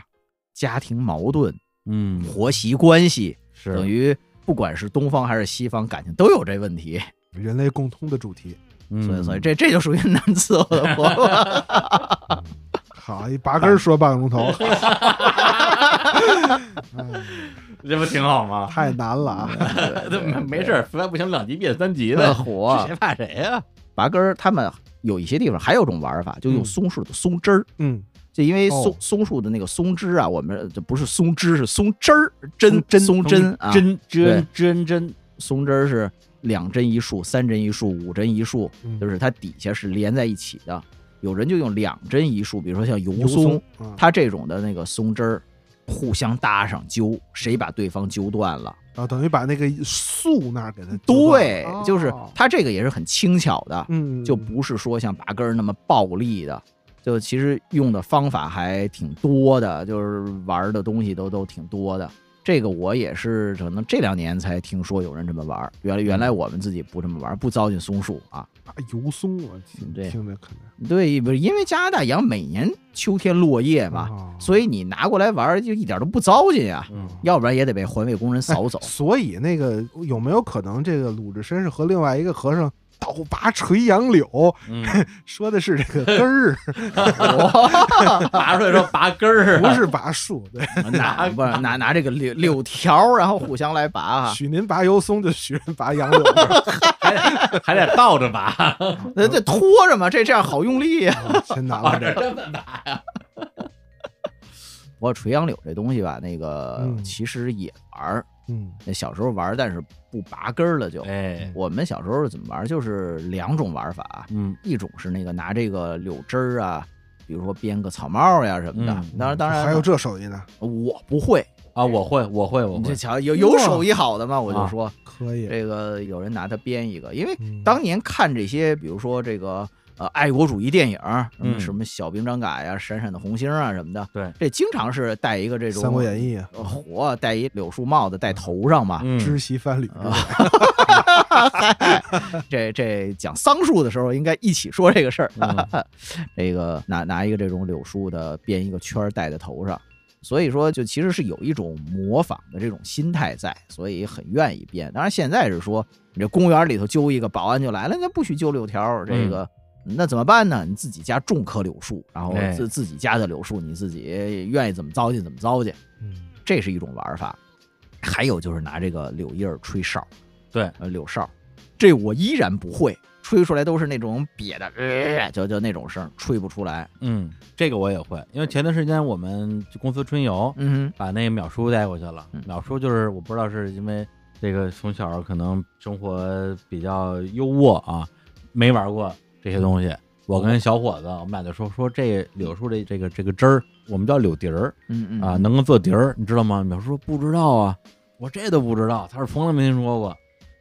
家庭矛盾、
嗯
婆媳关系。
是
等于不管是东方还是西方，感情都有这问题，
人类共通的主题，
所以所以
嗯
这这就属于难伺候 的婆婆。
好，一拔根儿说半个钟 头，
这不挺好吗？
太难了 啊！
这没没事儿，实在不行两级变三级
那
的，
火
呃谁啊怕谁呀？
拔根儿，他们有一些地方还有种玩法，就用
嗯
松树的松枝儿，
嗯，
就因为松、
哦
松树的那个松枝啊，我们这不是松枝，是松枝儿针
松针
松
嗯
针啊，
真真
对
真真，
松枝儿是两针一束，三针一束，五针一束，
嗯
就是它底下是连在一起的。有人就用两针一束，比如说像油
油
松
松，啊，
它这种的那个松枝儿互相搭上揪，谁把对方揪断了，
啊，等于把那个素那儿给它揪断
对
了，
就是
哦
它这个也是很轻巧的，
嗯，
就不是说像拔根儿那么暴力的。就其实用的方法还挺多的，就是玩儿的东西都都挺多的。这个我也是可能这两年才听说有人这么玩儿，原来原
嗯
来我们自己不这么玩儿，不糟践松树啊。
啊油松，我听
嗯对
听着可能
对，不是因为加拿大羊每年秋天落叶嘛，
哦
所以你拿过来玩儿就一点儿都不糟践呀。
嗯
要不然也得被环卫工人扫走。
所以那个有没有可能，这个鲁智深是和另外一个和尚倒拔垂杨柳，
嗯，
说的是这个根 儿，
拔出来说拔根儿， 啊
不是拔树。对，
拿不是拿拿这个柳柳条，然后互相来拔啊。
许您拔油松，就许人拔杨 柳。
还得还得倒着 拔，
那这拖着嘛，这这样好用力呀、
啊真难
倒
了，
着
这
这么拔呀？
不过垂杨柳这东西吧，那个
嗯
其实也玩儿，
嗯
那小时候玩儿，但是不拔根儿了就。
哎，
我们小时候怎么玩儿？就是两种玩法，
嗯
一种是那个拿这个柳枝儿啊，比如说编个草帽呀什么的
嗯。
当然，当然
还有这手艺呢，
我不会，
啊，我会，我会，我
你
会
这，瞧有有手艺好的吗？我就
啊
说
可以。
这个有人拿它编一个，因为
嗯
当年看这些，比如说这个呃爱国主义电影儿，什么
嗯
什么小兵张嘎呀、闪闪的红星啊什么的，
对，
这经常是戴一个这种
《三国演义》啊，
呃火戴一柳树帽子戴头上嘛。
嗯
织席翻履，
啊 这这讲桑树的时候应该一起说这个事儿。
嗯
这个拿拿一个这种柳树的编一个圈儿戴在头上，所以说就其实是有一种模仿的这种心态在，所以很愿意编。当然现在是说你这公园里头揪一个保安就来了，那不许揪柳条儿，
嗯
这个。那怎么办呢？你自己家种棵柳树，然后
哎
自自己家的柳树，你自己愿意怎么糟践怎么糟践，
嗯
这是一种玩法。还有就是拿这个柳叶儿吹哨，
对，
呃，柳哨，这我依然不会，吹出来都是那种瘪的，呃、就就那种声儿，吹不出来。
嗯，这个我也会，因为前段时间我们公司春游，
嗯
把那个淼叔带过去了
嗯。
淼叔就是我不知道是因为这个从小可能生活比较优渥啊，没玩过这些东西。我跟小伙子，我们俩就说说这柳树这这个这个枝儿，我们叫柳笛儿
嗯嗯
啊，能够做笛儿，你知道吗？淼叔说不知道啊，我这都不知道，他是从来没听说过。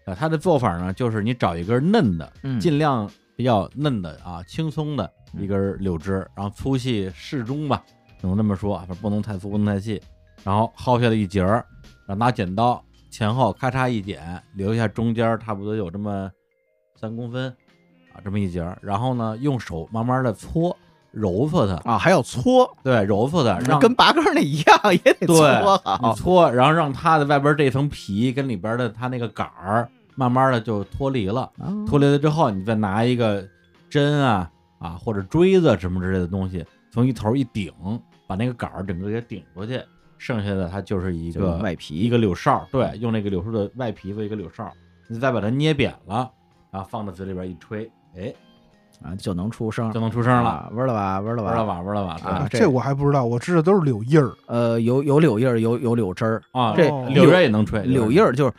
啊，他的做法呢，就是你找一根嫩的，
嗯
尽量比较嫩的啊，轻松的一根柳枝，然后粗细适中吧，只能这么说，啊，不能太粗，不能太细。然后薅下来一截儿，然后拿剪刀前后咔嚓一剪，留下中间儿差不多有这么三公分啊，这么一截儿。然后呢，用手慢慢的搓揉搓它，
啊，还要搓，
对，揉搓它，让
跟拔根儿那一样，也得
对
搓啊
你
好。
搓，然后让它的外边这层皮跟里边的它那个杆儿慢慢的就脱离了。脱离了之后，你再拿一个针啊啊或者锥子什么之类的东西，从一头一顶，把那个杆儿整个给顶出去，剩下的它就是一
就是
个
外皮嗯
一个柳哨，对，用那个柳树的外皮做一个柳哨，你再把它捏扁了，然后放到嘴里边一吹，哎，
啊，就能出声，
就能出声了，
啊，玩了吧，玩了
玩了
吧，
吧，玩了吧，对
啊
啊
这
这我还不知道，我知道都是柳叶儿，
呃，有有柳叶儿，有有柳枝儿，
啊，
这
柳
柳
叶也能吹，
柳叶儿就是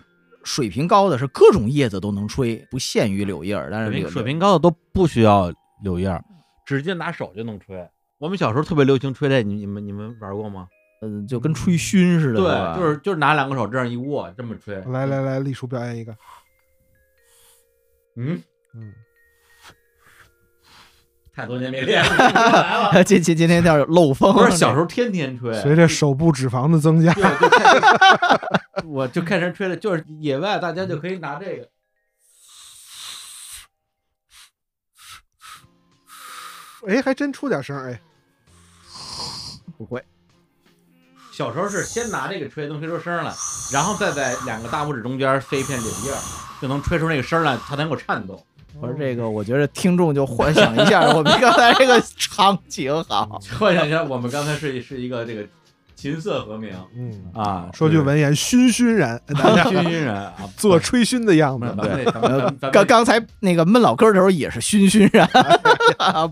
水平高的是各种叶子都能吹，不限于柳叶儿，但是
水
柳
平水平高的都不需要柳叶儿，
嗯
直接拿手就能吹。我们小时候特别流行吹这，你你们你们玩过吗？
呃就跟吹埙似的，吧
就是就是拿两个手这样一握，这么吹。
来来来，丽叔表演一个，
嗯，
嗯，
太多年没练 了，
今今今天叫漏风，
不是小时候天天吹，
随着手部脂肪的增加，
对，就看我就看人吹的，就是野外大家就可以拿这个。
哎，还真出点声儿，哎，
不会，
小时候是先拿这个吹，能吹出声来，然后再在两个大拇指中间塞一片柳叶儿，就能吹出那个声来，它能够颤动。
不是这个，我觉得听众就幻想一下我们刚才这个场景好，
幻想一下，我们刚才是是一个这个琴瑟和鸣
嗯，
啊，
说句文言，醺醺然，
军军人啊，
哎做吹嘘的样
不是
子，
咱们咱们咱们咱
刚
们
刚才那个闷老哥的时候也是熏熏 然，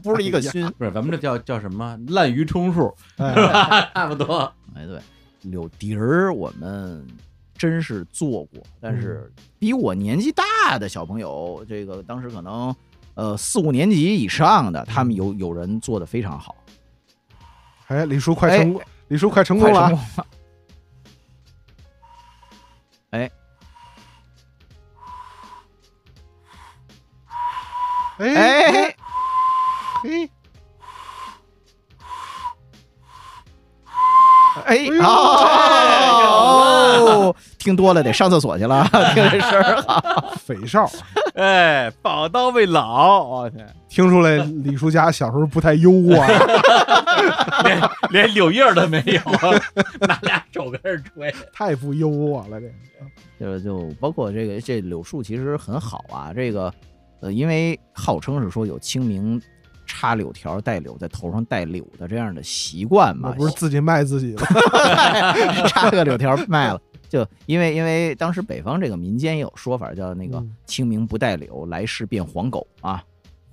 不是一个熏，
不是咱们这叫叫什么滥竽充数
哎
是，吧？ 差不多。
哎对，柳笛儿我们真是做过，但是
嗯
比我年纪大的小朋友，这个当时可能呃四五年级以上的，
嗯
他们有有人做的非常好，
哎，李叔快成功，李叔快成功
快
了
成
啊
功，了。
哎
哎，
嘿，
哎
呦，
哦，听多了得上厕所去 了，听这声儿好。
匪少，
哎，宝刀未老，我天，
听出来李叔家小时候不太优渥啊，
连连柳叶儿都没有， 拿俩手跟这吹。
太不优渥了，这
就是就包括这个这柳树其实很好啊，这个呃，因为号称是说有清明插柳条带柳，在头上带柳的这样的习惯
我
嘛，
不是自己卖自己 了，
插个柳条卖了。就因为因为当时北方这个民间也有说法叫那个
嗯
清明不带柳，来世变黄狗啊，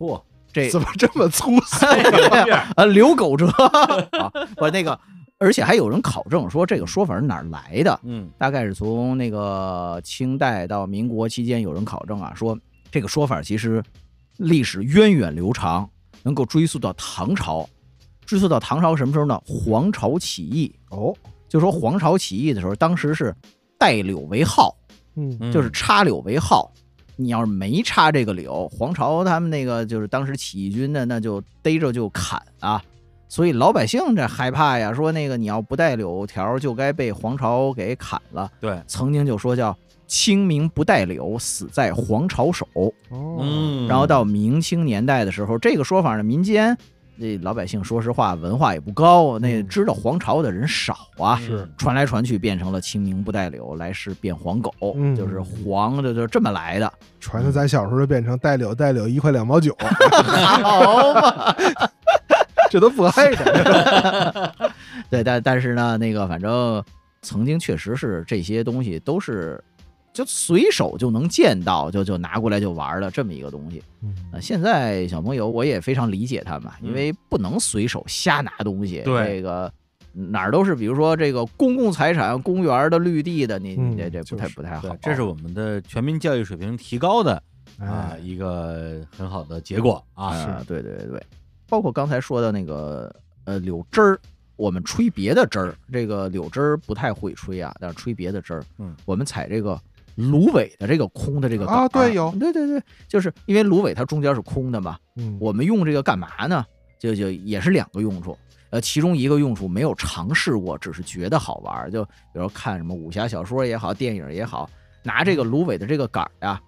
嚯，
这
怎么这么粗俗？
哎柳叶儿
啊，刘狗哲 啊，不是那个，而且还有人考证说这个说法是哪儿来的，
嗯，
大概是从那个清代到民国期间，有人考证啊，说这个说法其实历史源远流长，能够追溯到唐朝，追溯到唐朝什么时候呢？黄巢起义，
哦，
就说黄巢起义的时候，当时是带柳为号，
嗯，
就是插柳为号。你要是没插这个柳，黄巢他们那个就是当时起义军的，那就逮着就砍啊。所以老百姓这害怕呀，说那个你要不带柳条，就该被黄巢给砍了。
对，
曾经就说叫“清明不带柳，死在黄巢手”。
哦，
嗯，
然后到明清年代的时候，这个说法呢，民间这老百姓说实话文化也不高，那
嗯
知道黄巢的人少啊，
是
传来传去变成了“清明不带柳，来世变黄狗”，
嗯
就是黄的就这么来的。
传的咱小时候就变成带柳带柳一块两毛 九，
好嘛，
这都不挨 着，
对，但但是呢，那个反正曾经确实是这些东西都是就随手就能见到，就就拿过来就玩的这么一个东西。
嗯
呃，现在小朋友我也非常理解他们，啊因为不能随手瞎拿东西。
嗯对
这个嗯哪儿都是，比如说这个公共财产、公园的、绿地的，你你
嗯
这这不太
就是
不太好啊
对，。这是我们的全民教育水平提高的啊、
哎，
一个很好的结果啊。
啊，对对对对，包括刚才说的那个呃柳枝儿，我们吹别的枝儿，这个柳枝儿不太会吹啊，但是吹别的枝儿，
嗯，
我们采这个芦苇的这个空的这个杆
啊
儿
对有
对对对，就是因为芦苇它中间是空的嘛，
嗯
我们用这个干嘛呢？就就也是两个用处。呃，其中一个用处没有尝试过，只是觉得好玩儿。就比如看什么武侠小说也好，电影也好，拿这个芦苇的这个杆儿呀、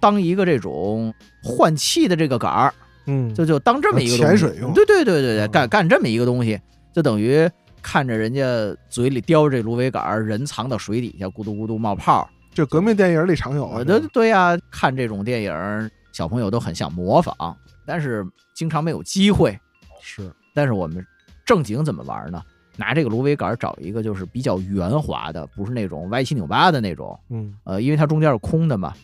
当一个这种换气的这个杆儿，
嗯，
就就当这么一个东西
潜水用
对对对对对，
嗯
干干这么一个东西，就等于看着人家嘴里叼着这芦苇杆儿，人藏到水底下，咕嘟咕嘟冒泡儿。
这革命电影里常有啊，
我
这
的对呀、看这种电影儿，小朋友都很想模仿，但是经常没有机会。
是
但是我们正经怎么玩呢？拿这个芦苇杆儿找一个就是比较圆滑的，不是那种歪七扭八的那种，
嗯
呃，因为它中间是空的嘛，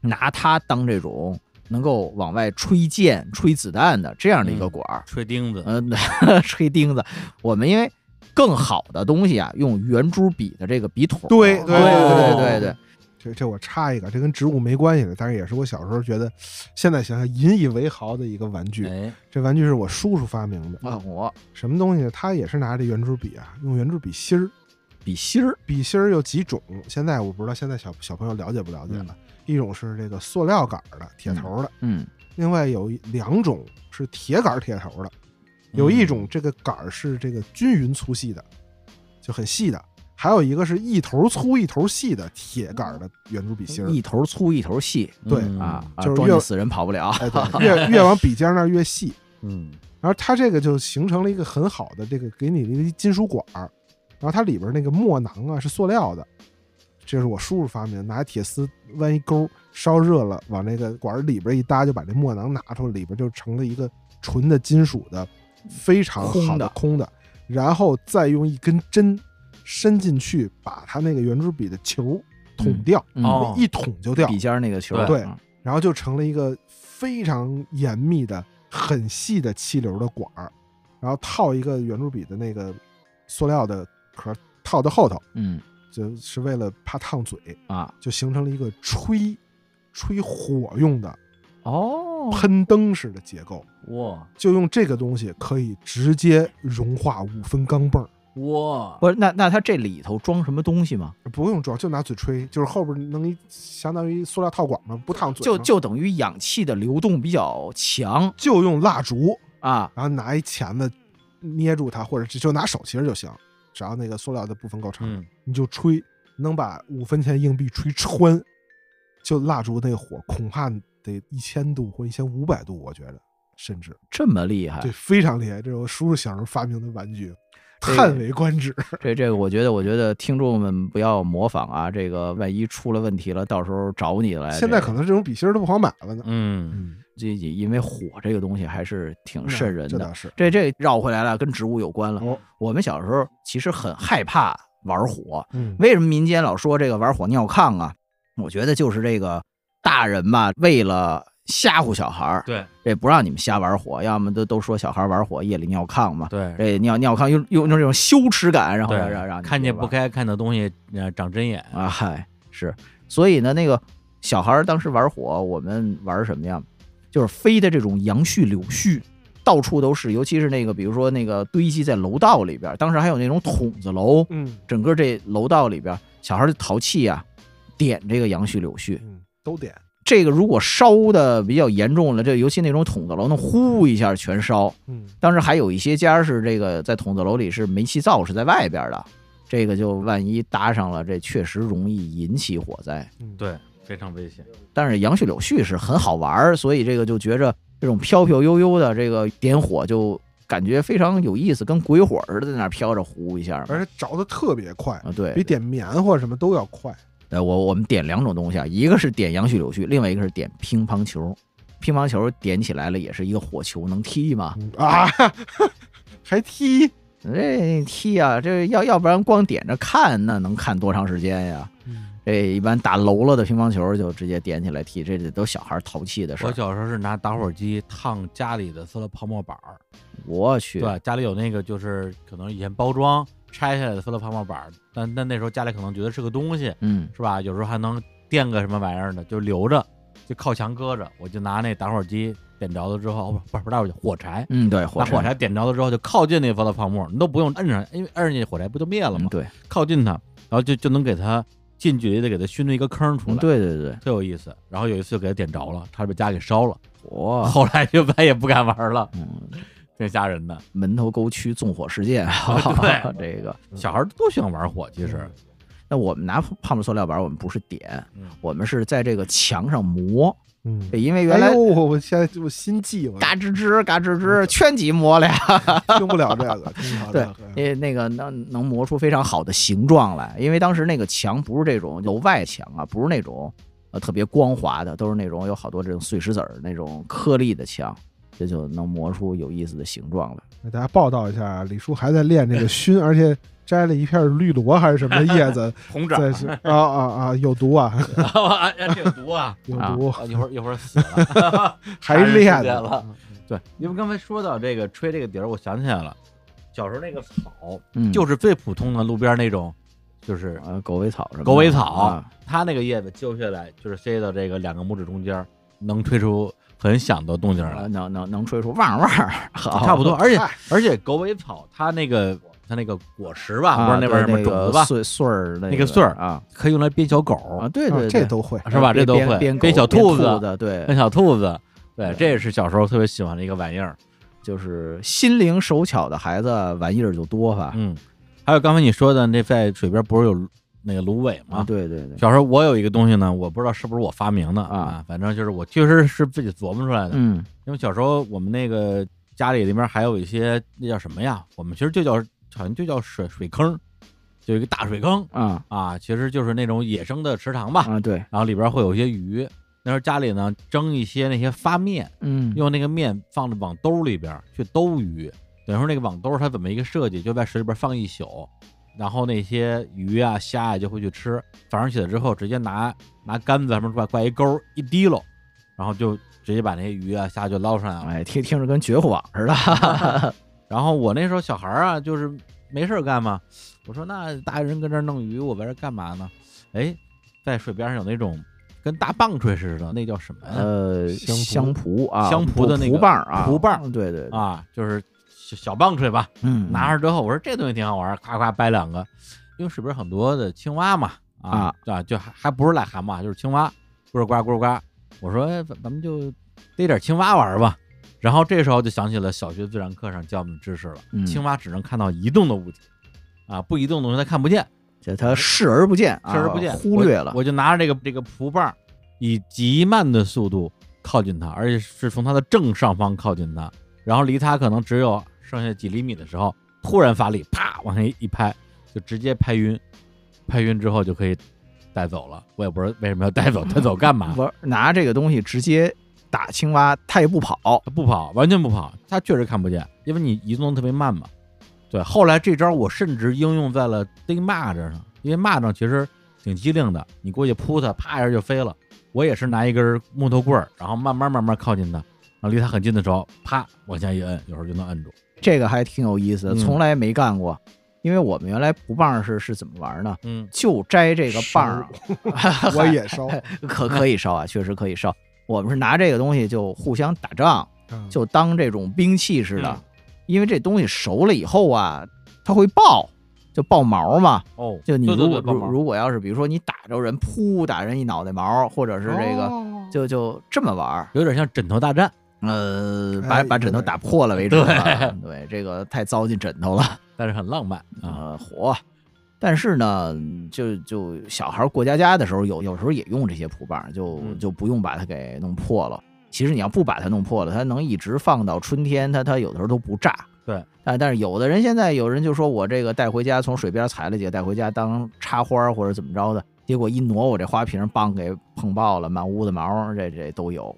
拿它当这种能够往外吹箭、吹子弹的这样的一个
嗯
管儿，
吹钉子，
嗯、 吹钉子。我们因为更好的东西啊，用圆珠笔的这个笔筒儿，
对
对
对
对
哦
对对，
这这我插一个，这跟植物没关系的，但是也是我小时候觉得，现在想想引以为豪的一个玩具。
哎，
这玩具是我叔叔发明的，
啊，我
什么东西呢？他也是拿着圆珠笔啊，用圆珠笔芯儿，
笔芯儿，
笔芯儿有几种，现在我不知道现在小小朋友了解不了解了。一种是这个塑料杆儿的铁头的，
嗯，
另外有一两种是铁杆儿铁头的，
嗯
有一种这个杆儿是这个均匀粗细的，就很细的，还有一个是一头粗一头细的铁杆儿的圆珠笔芯儿。
嗯一头粗一头细
对
嗯
啊，啊
就是
撞
越
见死人跑不了，
哎，对， 越越往笔尖儿那儿越细，
嗯，
然后它这个就形成了一个很好的这个给你的一个金属管儿，然后它里边那个墨囊啊是塑料的，这是我叔叔发明的，拿铁丝弯一钩，烧热了往那个管儿里边一搭，就把这墨囊拿出来，里边就成了一个纯的金属的，非常好
空的
空的，然后再用一根针伸进去，把它那个圆珠笔的球捅掉，
嗯
哦
一捅就掉，
笔尖儿那个球儿，
对
啊
然后就成了一个非常严密的、很细的气流的管儿，然后套一个圆珠笔的那个塑料的壳儿套到后头，
嗯
就是为了怕烫嘴，
啊，
就形成了一个吹吹火用的
哦，
喷灯式的结构。
哇
就用这个东西可以直接融化五分钢镚儿，
哇，
不是，那那它这里头装什么东西吗？
不用装，就拿嘴吹，就是后边弄一相当于塑料套管嘛，不烫嘴
就
嘛
就等于氧气的流动比较强
就用蜡烛
啊，
然后拿一钳子捏住它，或者就拿手其实就行，只要那个塑料的部分够长，
嗯，
你就吹，能把五分钱硬币吹穿。就蜡烛那火，恐怕得一千度或一千五百度，我觉得，甚至
这么厉害
对，，非常厉害。这是我叔叔小时候发明的玩具，叹为观止。
这这个我觉得，我觉得听众们不要模仿啊，这个万一出了问题了，到时候找你来。
现在可能这种笔芯儿都不好买了呢。
嗯，
这这因为火这个东西还是挺瘆人
这倒
的。
是。
这这绕回来了，跟植物有关了。
哦，
我们小时候其实很害怕玩火，
嗯，
为什么民间老说这个玩火尿炕啊？我觉得就是这个大人吧，为了吓唬小孩儿，
对
这不让你们瞎玩火，要么都都说小孩儿玩火夜里尿炕嘛，
对
这尿尿炕用用这种羞耻感，然后让让让
对，
你
看
别
见不
玩
该看的东西，呃，长针眼，
啊，嗨，是，所以呢，那个小孩儿当时玩火，我们玩什么呀？就是飞的这种杨絮、柳絮，到处都是，尤其是那个，比如说那个堆积在楼道里边儿，当时还有那种筒子楼，
嗯
整个这楼道里边儿，小孩儿就淘气呀、点这个杨絮、柳絮，
嗯，都点。
这个如果烧的比较严重了，这尤其那种筒子楼，那呼一下全烧。
嗯，
当时还有一些家是这个在筒子楼里是煤气灶是在外边的，这个就万一搭上了，这确实容易引起火灾。
嗯，
对，非常危险，
但是杨絮柳絮是很好玩儿，所以这个就觉着这种飘飘悠悠的这个点火就感觉非常有意思，跟鬼火似的在那儿飘着呼一下嘛。
而且着的特别快，
啊，对，
比点棉花什么都要快。
呃，我我们点两种东西啊，一个是点杨絮柳絮，另外一个是点乒乓球。乒乓球点起来了也是一个火球，能踢吗？
嗯啊， 还踢。
这踢啊，这要要不然光点着看，那能看多长时间呀？这一般打楼了的乒乓球就直接点起来踢，这这都小孩淘气的事
我
儿。
小时候是拿打火机烫家里的塑料泡沫板儿，
我去，
对，家里有那个就是可能以前包装拆下来的塑料泡沫板儿，但但那时候家里可能觉得是个东西，
嗯，
是吧？有时候还能垫个什么玩意儿的，就留着，就靠墙搁着。我就拿那打火机点着了之后，哦不不是不是打火机，火柴，
嗯，对，
拿
火
火柴点着了之后，就靠近那发的泡沫，你都不用摁上，因为摁上去火柴不就灭了
嗯
吗？
对，
靠近它，然后就就能给它近距离的给它熏出一个坑出
嗯
来，
对对对，
特有意思。然后有一次就给它点着了，差点被家给烧了，
火，
后来就再也不敢玩了，
嗯，
挺吓人的。
门头沟区纵火事件，哈哈，
对
这个。
小孩儿都喜欢玩火，其
嗯
实，
那我们拿泡沫塑料板，我们不是点
嗯，
我们是在这个墙上磨，
嗯，
这因为原
哎
来
呦，我我现在我心悸，我
嘎吱吱嘎吱
嗯
吱圈几磨了呀。
听不了这个，听不了这个，。
对那那个能能磨出非常好的形状来，因为当时那个墙不是这种楼外墙啊，不是那种呃特别光滑的，都是那种有好多这种碎石子儿那种颗粒的墙。这就能磨出有意思的形状来。
给大家报道一下啊，李叔还在练 这个熏，而且摘了一片绿萝还是什么叶 子，
红掌
在 是啊啊啊，有毒啊，
啊，挺毒啊！
有
啊
毒，
一会儿一会儿死了，
还练啊
练
呢
了。对，因为刚才说到这个吹这个笛儿，我想起来了，小时候那个草
嗯，
就是最普通的路边那种，就是
呃狗尾草什么的
狗尾草
啊
它那个叶子揪下来，就是塞到这个两个拇指中间儿，能吹出很响的动静来
呃，能能能吹出汪汪，好啊
差不多。而且
嗨
而且狗尾草它那个它那个果实吧，
啊，
不是那边什么
对
种
个
子吧，
穗穗儿那
那个穗儿
啊
可以用来编小狗
啊，对
啊
对，
这
对
都 会。
是吧？
编
这都会
编
编小兔
兔
子，
的，对
编，小兔子，对，
对
这也是小时候特别喜欢的一个玩意儿。啊
就是心灵手巧的孩子玩意儿就多吧。
嗯，还有刚才你说的那在水边不是有那个芦苇吗？
啊，对对对，
小时候我有一个东西呢，我不知道是不是我发明的
啊
啊，反正就是我确实是自己琢磨出来的。
嗯
因为小时候我们那个家里里面还有一些那叫什么呀？我们其实就叫好像就叫水水坑，就有一个大水坑
啊
啊，其实就是那种野生的池塘吧。
啊，对，
然后里边会有一些鱼，那时候家里呢蒸一些那些发面，
嗯，
用那个面放着网兜里边去兜鱼。等于说那个网兜它怎么一个设计，就在水里边放一宿，然后那些鱼啊虾啊就会去吃。早上起来之后，直接拿拿杆子什么挂挂一钩一滴漏，然后就直接把那些鱼啊虾就捞上来了。
哎，听听着跟绝户网似的，
然后我那时候小孩儿啊，就是没事儿干嘛，我说那大人跟这儿弄鱼，我在这儿干嘛呢？哎，在水边上有那种跟大棒槌似的，那叫什么呀？
呃，
香
香蒲啊，
香蒲的那个
蒲棒儿啊，
蒲棒儿
对对对，
啊，就是小小棒槌吧。
嗯，
拿着之后，我说这东西挺好玩儿，夸夸掰两个，因为水边很多的青蛙嘛，啊啊，就还还不是癞蛤蟆，就是青蛙，咕噜呱咕噜呱。我说哎咱咱们就逮点青蛙玩儿吧。然后这时候就想起了小学自然课上教我们的知识了，
嗯
青蛙只能看到移动的物体，啊，不移动的东西它看不见，
这他视而不见，啊
视而不见，
忽略了
我。我就拿着这个这个蒲棒，以极慢的速度靠近它，而且是从它的正上方靠近它，然后离它可能只有剩下几厘米的时候，突然发力，啪往下一一拍，就直接拍晕，拍晕之后就可以带走了。我也不知道为什么要带走，带走 干嘛？
玩拿这个东西直接打青蛙，它也不跑。
它不跑，完全不跑，它确实看不见，因为你移动得特别慢嘛。对，后来这招我甚至应用在了逮蚂蚱上，因为蚂蚱其实挺机灵的，你过去扑它，啪一下就飞了。我也是拿一根木头棍儿，然后慢慢慢慢靠近它，然后离它很近的时候，啪往下一摁，有时候就能摁住。
这个还挺有意思的，
嗯
从来没干过。因为我们原来蒲棒是是怎么玩呢？
嗯
就摘这个棒儿，
我也烧，
可可以烧啊，确实可以烧。我们是拿这个东西就互相打仗，
嗯
就当这种兵器似的
嗯。
因为这东西熟了以后啊，它会爆，就爆毛嘛。
哦，
就你
对
如
对对
果
帮
如
忙
如果要是比如说你打着人，噗打人一脑袋毛，或者是这个
哦
就就这么玩儿，
有点像枕头大战，
呃，
哎
把把枕头
对
打破了为止啊。对，这个太糟践枕头了。
但是很浪漫啊。
呃火。但是呢，就就小孩过家家的时候，有有时候也用这些蒲棒，就
嗯
就不用把它给弄破了。其实你要不把它弄破了，它能一直放到春天，它它有的时候都不炸。
对，
但但是有的人现在有人就说我这个带回家，从水边采了几个带回家当插花儿或者怎么着的，结果一挪我这花瓶，棒给碰爆了，满屋子毛，这这都有。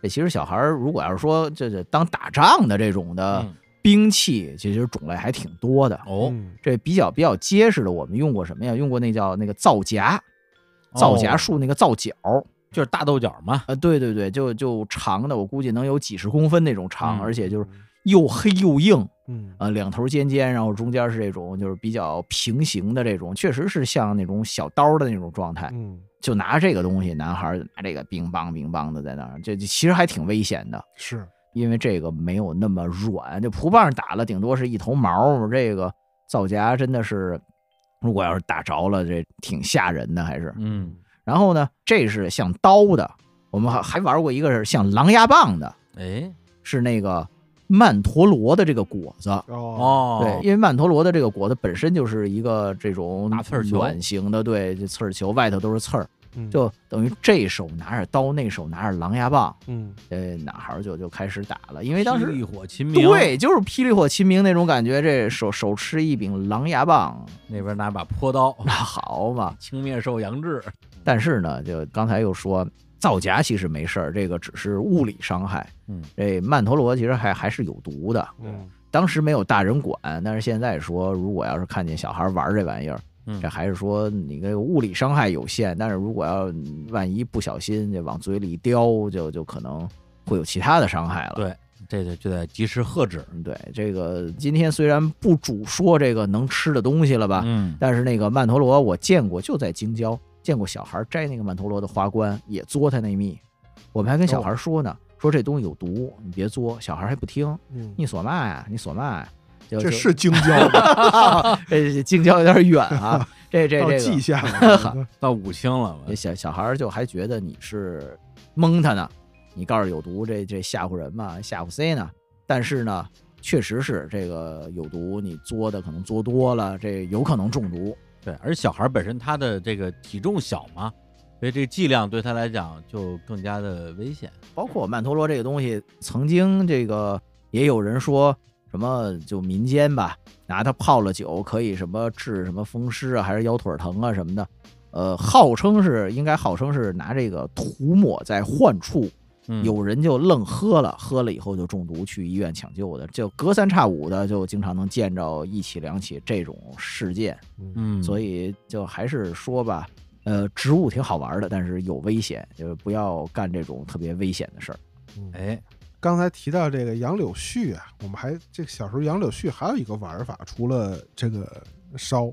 这其实小孩儿如果要是说这这当打仗的这种的
嗯
兵器，其实种类还挺多的。
哦，
嗯
这比较比较结实的，我们用过什么呀？用过那叫那个皂荚，皂荚
哦
树那个皂角。
就是大豆角嘛，
啊，对对对，就就长的，我估计能有几十公分那种长，
嗯
而且就是又黑又硬，
嗯
啊，两头尖尖，然后中间是这种就是比较平行的这种，确实是像那种小刀的那种状态。
嗯，
就拿这个东西，男孩儿拿这个冰棒冰棒的在那儿，这这其实还挺危险的。
是
因为这个没有那么软，这蒲棒打了顶多是一头毛，这个皂荚真的是，如果要是打着了，这挺吓人的还是。
嗯，
然后呢，这是像刀的，我们还还玩过一个是像狼牙棒的，
哎，
是那个曼陀罗的这个果子。
哦
哦，
对，，因为曼陀罗的这个果子本身就是一个这种
大刺儿球
卵形的，对，这刺儿球外头都是刺儿，
嗯
就等于这手拿着刀，那手拿着狼牙棒，
嗯
呃，男孩儿就就开始打了，因为当时
浴火秦明，
对，就是霹雳火秦明那种感觉，这手手持一柄狼牙棒，
那边拿把坡刀，
那好嘛。
青面兽杨志，
但是呢，就刚才又说造假其实没事儿，这个只是物理伤害。
嗯，
这曼陀罗其实还还是有毒的，
嗯
当时没有大人管，但是现在说，如果要是看见小孩玩这玩意儿，
嗯
这还是说你这个物理伤害有限，但是如果要万一不小心这往嘴里一叼，就就可能会有其他的伤害了。
对，这就就得及时喝止
嗯对，这个今天虽然不主说这个能吃的东西了吧，
嗯
但是那个曼陀罗我见过，就在京郊见过小孩摘那个曼陀罗的花冠，也嘬它那蜜。我们还跟小孩说呢，说这东西有毒，你别嘬。小孩还不听，
嗯，
你索嘛呀，你索嘛呀。就
这
就是
京郊吗？
这京郊有点远啊，这这
到
这
蓟
个，
县 了，
到五星了，
这小小孩儿就还觉得你是蒙他呢，你告诉有毒，这这吓唬人嘛，吓唬谁呢？但是呢，确实是这个有毒，你作的可能作多了，这有可能中毒。
对，而小孩本身他的这个体重小嘛，所以这个剂量对他来讲就更加的危险。
包括曼陀罗这个东西，曾经这个也有人说什么，就民间吧，拿它泡了酒可以什么治什么风湿啊，还是腰腿疼啊什么的。呃，号称是应该号称是拿这个涂抹在患处，
嗯，
有人就愣喝了，喝了以后就中毒去医院抢救的，就隔三差五的就经常能见着一起两起这种事件，
嗯，
所
以
以就还是说吧，呃，植物挺好玩的，但是有危险，就是不要干这种特别危险的事儿。
嗯
哎，
刚才提到这个杨柳絮啊，我们还这个小时候杨柳絮还有一个玩法，除了这个烧，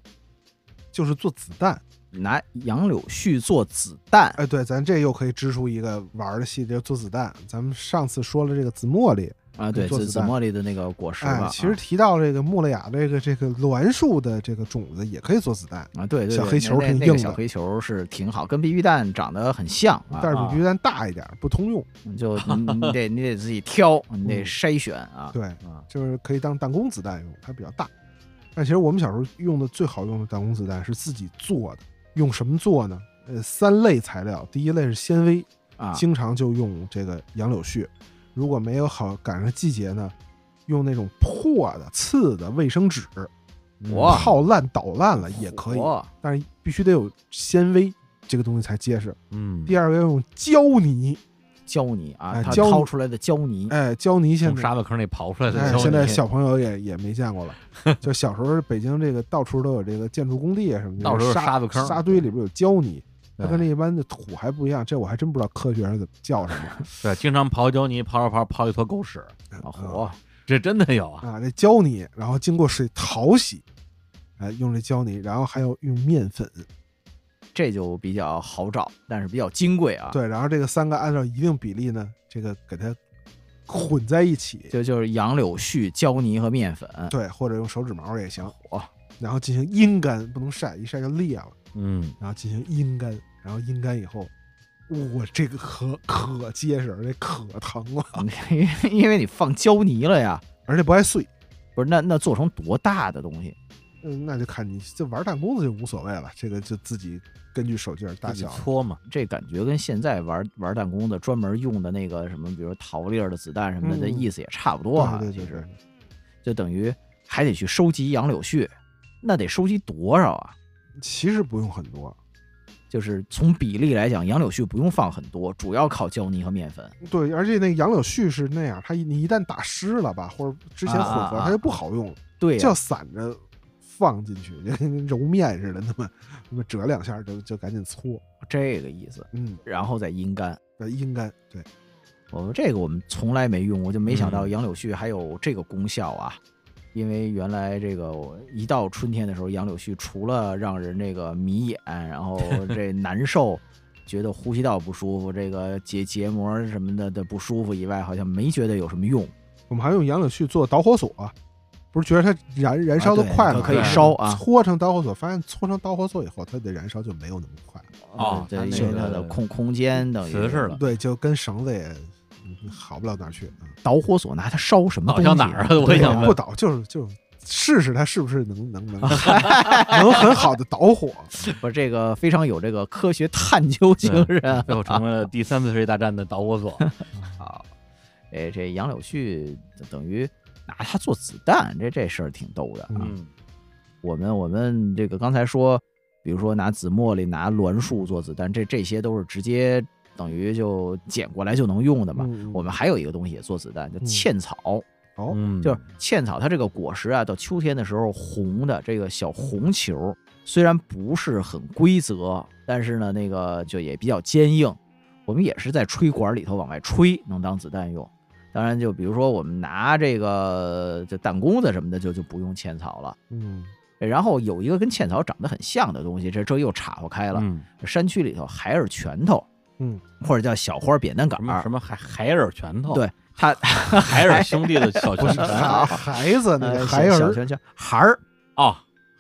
就是做子弹。
拿杨柳絮做子弹，
哎，对，咱这又可以支出一个玩儿的系列，做子弹。咱们上次说了这个紫茉莉，
啊，对，
做
紫
子
紫
弹
茉莉的那个果实吧
哎，
啊，
其实提到这个穆勒雅这个这个栾树的这个种子也可以做子弹，
啊，对对，
小
对
黑球
那那
挺
那个
硬
小
的
黑球是挺好，跟避孕蛋长得很像啊，
但是比鱼蛋大一点，不通用。
就你你得你得自己挑，你得
嗯
筛选啊，
对，
啊，
就是可以当弹弓子弹用，它比较大。但其实我们小时候用的最好用的弹弓子弹是自己做的，用什么做呢？呃，三类材料，第一类是纤维，
啊，
经常就用这个杨柳絮。如果没有好赶上季节呢，用那种破的、刺的卫生纸
嗯啊
哇
泡烂、捣烂了也可以，
火
但是必须得有纤维这个东西才结实。
嗯，
第二个要用胶泥，
胶泥啊，
哎
它
胶泥
掏出来的胶泥，
哎，胶泥现
从
在
沙子坑里刨出来的
哎
胶，泥，
现在小朋友也也没见过了。 就小时候北京这个到处都有这个建筑工地啊什么的，
到处都是
沙
沙子坑
沙堆里边有胶泥，它
对
跟那一般的土还不一样，这我还真不知道科学上怎么叫 什么嗯
对，经常刨胶泥，刨着刨刨一坨狗屎，
啊火
这真的有啊。
啊。这胶泥，然后经过水淘洗，哎，用这胶泥，然后还有用面粉，
这就比较好找，但是比较金贵啊，，
对，然后这个三个按照一定比例呢，这个给它混在一起，
就就是杨柳絮、胶泥和面粉，
对，或者用手指毛也行，
火
然后进行阴干，不能晒，一晒就裂了。
嗯，
然后进行阴干，然后阴干以后，我这个可可结实，这可疼啊了，
因为因为你放胶泥了呀，
而且不爱碎。
不是那那做成多大的东西，
嗯，那就看你这玩弹弓子就无所谓了，这个就自己根据手劲儿大
自己
小。
搓 嘛，
这感觉跟现在玩玩弹弓的专门用的那个什么，比如桃粒儿的子弹什么的，
嗯
这意思也差不多啊，
对对
其
对
实
对，
就等于还得去收集杨柳絮，那得收集多少啊？
其实不用很多。
就是从比例来讲，杨柳絮不用放很多，主要靠胶泥和面粉。
对，而且那个杨柳絮是那样，它一你一旦打湿了吧，或者之前
啊
混
啊
合，
啊
它就不好用了，
对
就
呀、
要散着放进去，就跟揉面似的，那么那么折两下就就赶紧搓，
这个意思，
嗯，
然后再阴干。
呃阴干，对，
我们这个我们从来没用过，就没想到
嗯
杨柳絮还有这个功效啊！因为原来这个我一到春天的时候，杨柳絮除了让人这个迷眼，然后这难受，觉得呼吸道不舒服，这个结结膜什么的的不舒服以外，好像没觉得有什么用。
我们还用杨柳絮做导火索、啊不是觉得它燃燃烧的快吗？
啊对
可以
对
烧啊
搓成导火索，发现搓成导火索以后，它的燃烧就没有那么快。
哦
对，
它
因为
那
它
个
的空空间等于
瓷实了
对，就跟绳子也嗯好不了哪儿去啊。
导火索拿它烧什么
好
东
像
西？
哪儿啊？我也
对
想
不
问，
导就是就是试试它是不是能 能能能很好的导火。
不是这个非常有这个科学探究精神。啊
最后成为了第三次世界大战的导火 索。
好，哎，这杨柳絮等于拿它做子弹，这这事儿挺逗的啊。
嗯
嗯
我们我们这个刚才说，比如说拿紫茉莉、拿栾树做子弹，这这些都是直接等于就捡过来就能用的嘛。
嗯
我们还有一个东西也做子弹，叫
嗯
茜草，
哦，
嗯，
就是茜草它这个果实啊，到秋天的时候红的这个小红球，虽然不是很规则，但是呢，那个就也比较坚硬。我们也是在吹管里头往外吹，能当子弹用。当然，就比如说我们拿这个这弹弓子什么的，就就不用茜草了。
嗯
然后有一个跟茜草长得很像的东西，这这又岔过开了。
嗯
山区里头海尔拳头，
嗯，
或者叫小花扁担杆
什么
儿
什，么海海尔拳头，
对 它
海尔兄弟的小 拳头
孩孩子
呃
呢？孩
小小
儿
拳叫孩儿，
哦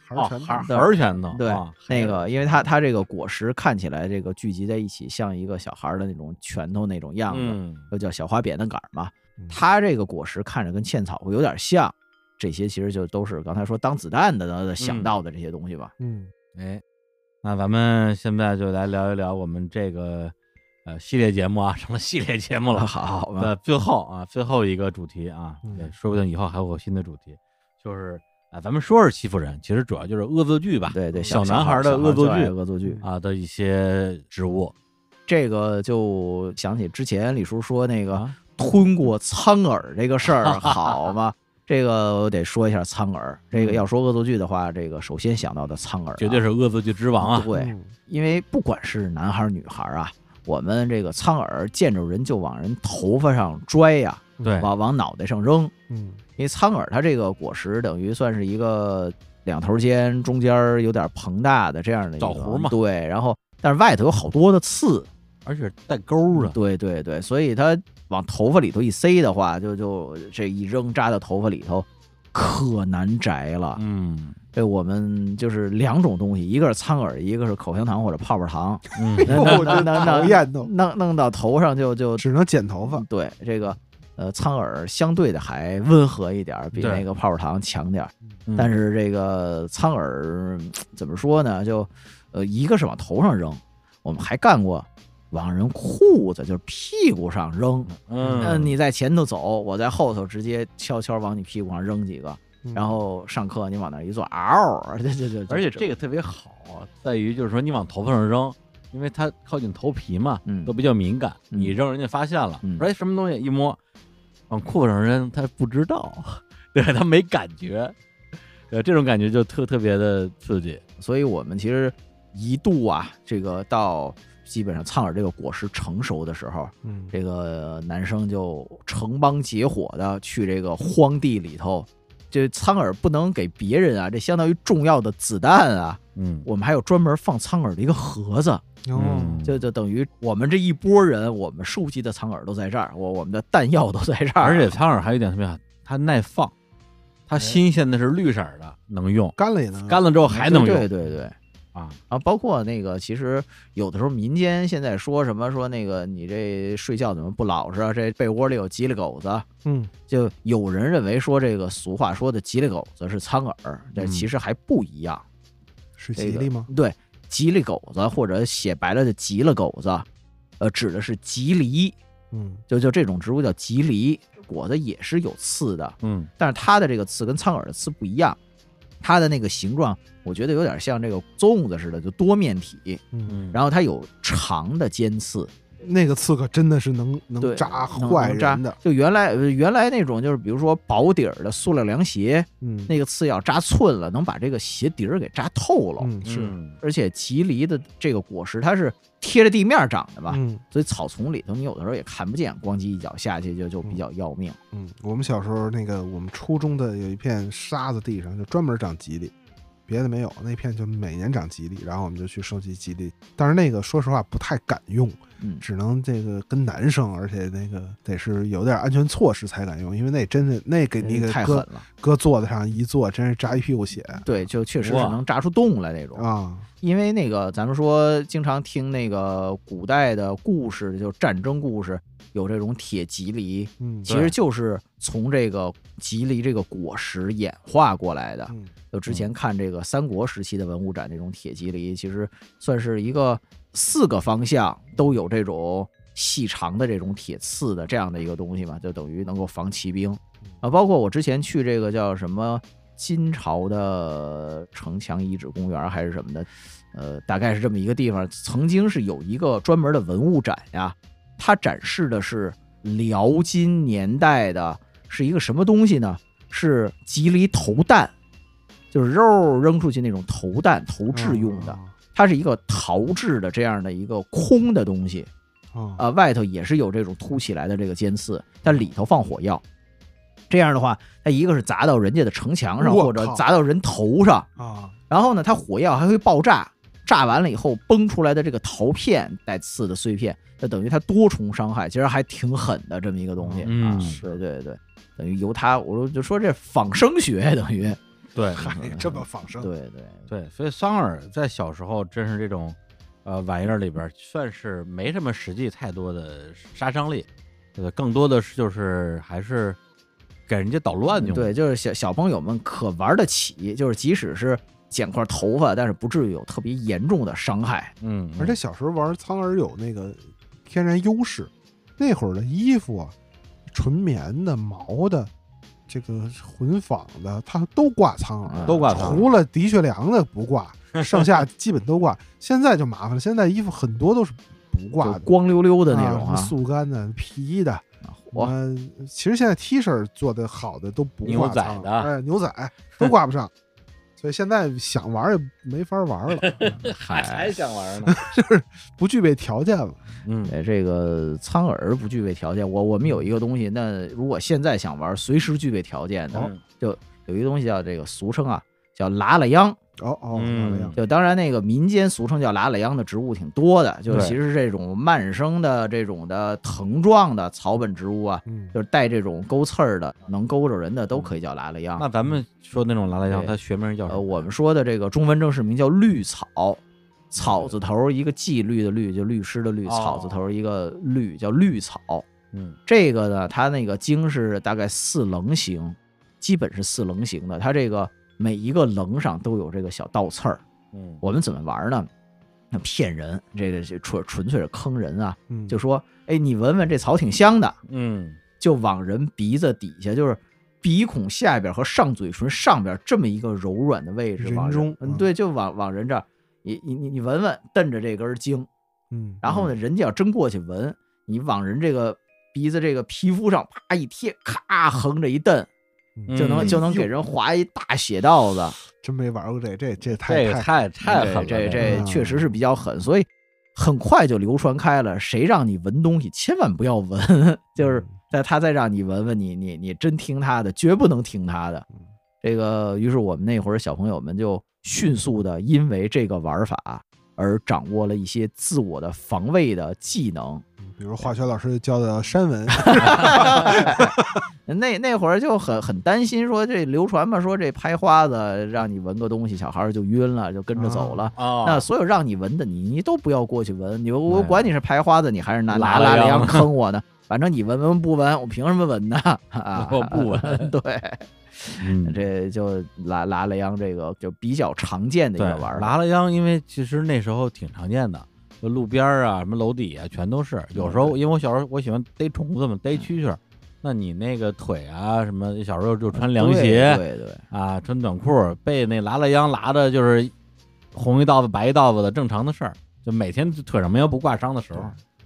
孩
哦
儿，全
海
对
儿拳头，
对
啊，
那个，因为它它这个果实看起来这个聚集在一起，像一个小孩儿的那种拳头那种样子，
嗯
又叫小花扁担杆儿嘛
嗯。
它这个果实看着跟茜草会有点像，这些其实就都是刚才说当子弹的
嗯
呃想到的这些东西吧。
嗯
哎，那咱们现在就来聊一聊我们这个呃系列节目啊，成了系列节 目了。
好好吧，
的最后啊，最后一个主题啊，
嗯
对说不定以后还会有新的主题，就是啊，咱们说是欺负人，其实主要就是恶作剧吧，
对对，
小
小
男孩
孩
儿的恶作
小孩儿就爱
剧
恶作剧，
啊的一些植物
这个就想起之前李叔说那个
啊，
吞过苍耳这个 事儿，好吗？这个我得说一下苍耳。这个要说恶作剧的话，这个首先想到的苍耳啊、
嗯绝对是恶作剧之王啊，
对，
嗯
因为不管是男孩儿女孩儿啊，我们这个苍耳见着人就往人头发上拽呀、
对，
往往脑袋上扔。
嗯
因为苍耳它这个果实等于算是一个两头尖，中间儿有点膨大的这样的一个
枣核嘛
对，然后但是外头有好多的刺，
而且是带钩啊的，
对对对，所以它往头发里头一塞的话，就就这一扔扎到头发里头，可难摘了。
嗯
这我们就是两种东西，一个是苍耳，一个是口香糖或者泡泡糖。
嗯
哎呦，我真
那那
讨厌都，
弄弄到头上就就
只能剪头发。
对这个呃苍耳相对的还温和一点儿，比
对
那个泡泡糖强点儿。
嗯，
但是这个苍耳嗯怎么说呢？就呃一个是往头上扔，我们还干过往人裤子就是屁股上扔。
嗯，
你在前头走，我在后头直接悄悄往你屁股上扔几个，
嗯
然后上课你往那儿一 坐，嗷，这这这，
而且这个特别好，在于就是说你往头发上扔，因为它靠近头皮嘛，
嗯
都比较敏感，
嗯
你扔人家发现了，
嗯
说哎什么东西一摸，往裤子上扔，他不知道， 对他没感觉，对这种感觉就特特别的刺激，
所以我们其实一度啊，这个到基本上苍耳这个果实成熟的时候，
嗯
这个男生就成帮结伙的去这个荒地里头。这苍耳不能给别人啊，这相当于重要的子弹啊。
嗯
我们还有专门放苍耳的一个盒子，
哦
就就等于我们这一波人，我们收集的苍耳都在这儿，我我们的弹药都在这儿。
而且苍耳还有一点特别好，它耐放，
哎
它新鲜的是绿色儿的能用，
干了也
嗯
能
干了之后还能
啊对
用
对对。
啊，
啊，包括那个，其实有的时候民间现在说什么说那个你这睡觉怎么不老实啊？这被窝里有吉利狗子，
嗯
就有人认为说这个俗话说的吉利狗子是苍耳，但
嗯
其实还不一样。
是
这
吉
个
利吗？
对，吉利狗子或者写白了的吉了狗子，呃，指的是吉梨，
嗯
就就这种植物叫吉梨，果子也是有刺的，
嗯
但是它的这个刺跟苍耳的刺不一样，它的那个形状我觉得有点像这个粽子似的，就多面体。
嗯，
嗯，
然后它有长的尖刺，
那个刺客真的是能
嗯对，
能扎
能
坏
能扎
人的。
就原来呃原来那种就是比如说薄底儿的塑料凉鞋，
嗯，
那个刺要扎寸了，能把这个鞋底儿给扎透了。
嗯是
嗯
而且吉梨的这个果实它是贴着地面长的吧，
嗯
所以草丛里头你有的时候也看不见，咣叽一脚下去就就比较要命。
嗯，我们小时候那个我们初中的有一片沙子地上就专门长吉利，别的没有，那片就每年长吉利，然后我们就去收集吉利，但是那个说实话不太敢用，
嗯，
只能这个跟男生，而且那个得是有点安全措施才敢用，因为那真的那给你
嗯
给
太狠
搁
了，
搁座子上一坐，真是扎一屁股血
对，就确实是
哇
能扎出洞来那种。
啊！
因为那个咱们说经常听那个古代的故事，就战争故事，有这种铁吉梨，
嗯，
其实就是从这个吉梨这个果实演化过来的。
嗯
就之前看这个三国时期的文物展，这种铁吉梨其实算是一个四个方向都有这种细长的这种铁刺
嗯
啊的这样的一个东西嘛，就等于能够防骑兵啊。包括我之前去这个叫什么金朝的城墙遗址公园还是什么的，呃，大概是这么一个地方，曾经是有一个专门的文物展呀，它展示的是辽金年代的，是一个什么东西呢？是吉藜头弹，就是肉扔出去那种头弹，投掷用的，
啊
它是一个陶制的这样的一个空的东西，
啊
呃，外头也是有这种凸起来的这个尖刺，但里头放火药。这样的话，它一个是砸到人家的城墙上，
我
或者
靠
砸到人头上，
啊
然后呢，它火药还会爆炸，炸完了以后崩出来的这个陶片带刺的碎片，那等于它多重伤害，其实还挺狠的这么一个东西、
嗯
啊。对对对，等于由它，我就说这仿生学等于
对
嗨，
嗯
这么仿生，
对对
对，所以桑尔在小时候真是这种呃玩意儿里边儿算是没什么实际太多的杀伤力，对，更多的是就是还是给人家捣乱用。
嗯对，就是小小朋友们可玩得起，就是即使是剪块头发，但是不至于有特别严重的伤害。
嗯，嗯，
而且小时候玩苍耳有那个天然优势，那会儿的衣服啊，纯棉的、毛的，这个混纺的，它都挂苍耳，
嗯
都挂头
除了的确良的不挂，
嗯
上下基本都挂。现在就麻烦了，现在衣服很多都是不挂
就
的，
光溜溜的那
啊
种
什么
啊，
速干的、皮的。
我、
呃，其实现在 T 恤做的好的都不挂
牛仔
苍耳
的
哎，牛仔都挂不上。所以现在想玩也没法玩了， 嗯
还哎还想玩呢。
不具备条件了。
嗯，
呃，这个苍耳不具备条件。我我们有一个东西，那如果现在想玩，随时具备条件
哦
的，
嗯
有一个东西叫这个俗称啊，叫喇喇秧。
哦哦，
嗯
那样
就当然那个民间俗称叫喇喇秧的植物挺多的，就
对
其实这种蔓生的这种的藤状的草本植物啊，
嗯，
就是带这种勾刺儿的，能勾着人的都可以叫喇喇秧
那。咱们说那种拉拉酱，
对
它学名叫什
呃，
么？
我们说的这个中文正式名叫绿草，草字头一个纪律的律，就律师的律，
哦
草字头一个绿，叫绿草。
嗯
这个呢，它那个茎是大概四棱形，基本是四棱形的。它这个每一个棱上都有这个小倒刺儿。
嗯，
我们怎么玩呢？那骗人，这个是纯纯粹是坑人啊！
嗯
就说，哎，你闻闻这草挺香的，
嗯
就往人鼻子底下，就是鼻孔下边和上嘴唇上边这么一个柔软的位置，
人
往
中
嗯
嗯
对，就往往人这儿，你你你你闻闻，瞪着这根茎，
嗯，
然后呢，人家要真过去闻，你往人这个鼻子这个皮肤上啪一贴，咔横着一蹬，
嗯
就能就能给人划一大血道子。
真没玩过这，这这太
这个
太
太太狠了，
这这
个
这确实是比较狠，所以很快就流传开了。谁让你闻东西，千万不要闻， 就是在他再让你闻闻你你你真听他的，绝不能听他的。
嗯
这个，于是我们那会儿小朋友们就迅速的因为这个玩法而掌握了一些自我的防卫的技能。
嗯比如化学老师教的山文，
那那会儿就很很担心，说这流传吧，说这拍花子让你闻个东西，小孩儿就晕了，就跟着走了。
啊，
那所有让你闻的你，你都不要过去闻。你我
哎
我
呀
管你是排花子，你还是拿
拉
拿拉
了
了
秧，
秧坑我呢，反正你闻闻不闻，我凭什么闻呢？啊
我不闻
对，
嗯
这就拉拉了秧这个就比较常见的一
对，
个玩法。
拉拉秧，因为其实那时候挺常见的，就路边儿啊、什么楼底啊，全都
嗯
是。有时候因为我小时候我喜欢逮虫子嘛，逮蛐蛐儿，那你那个腿啊什么，小时候就穿凉
对
鞋
对对，
啊，穿短裤，被那拉拉秧拉的就是红一道子白一道子的正常的事儿，就每天腿上没有不挂伤的时候。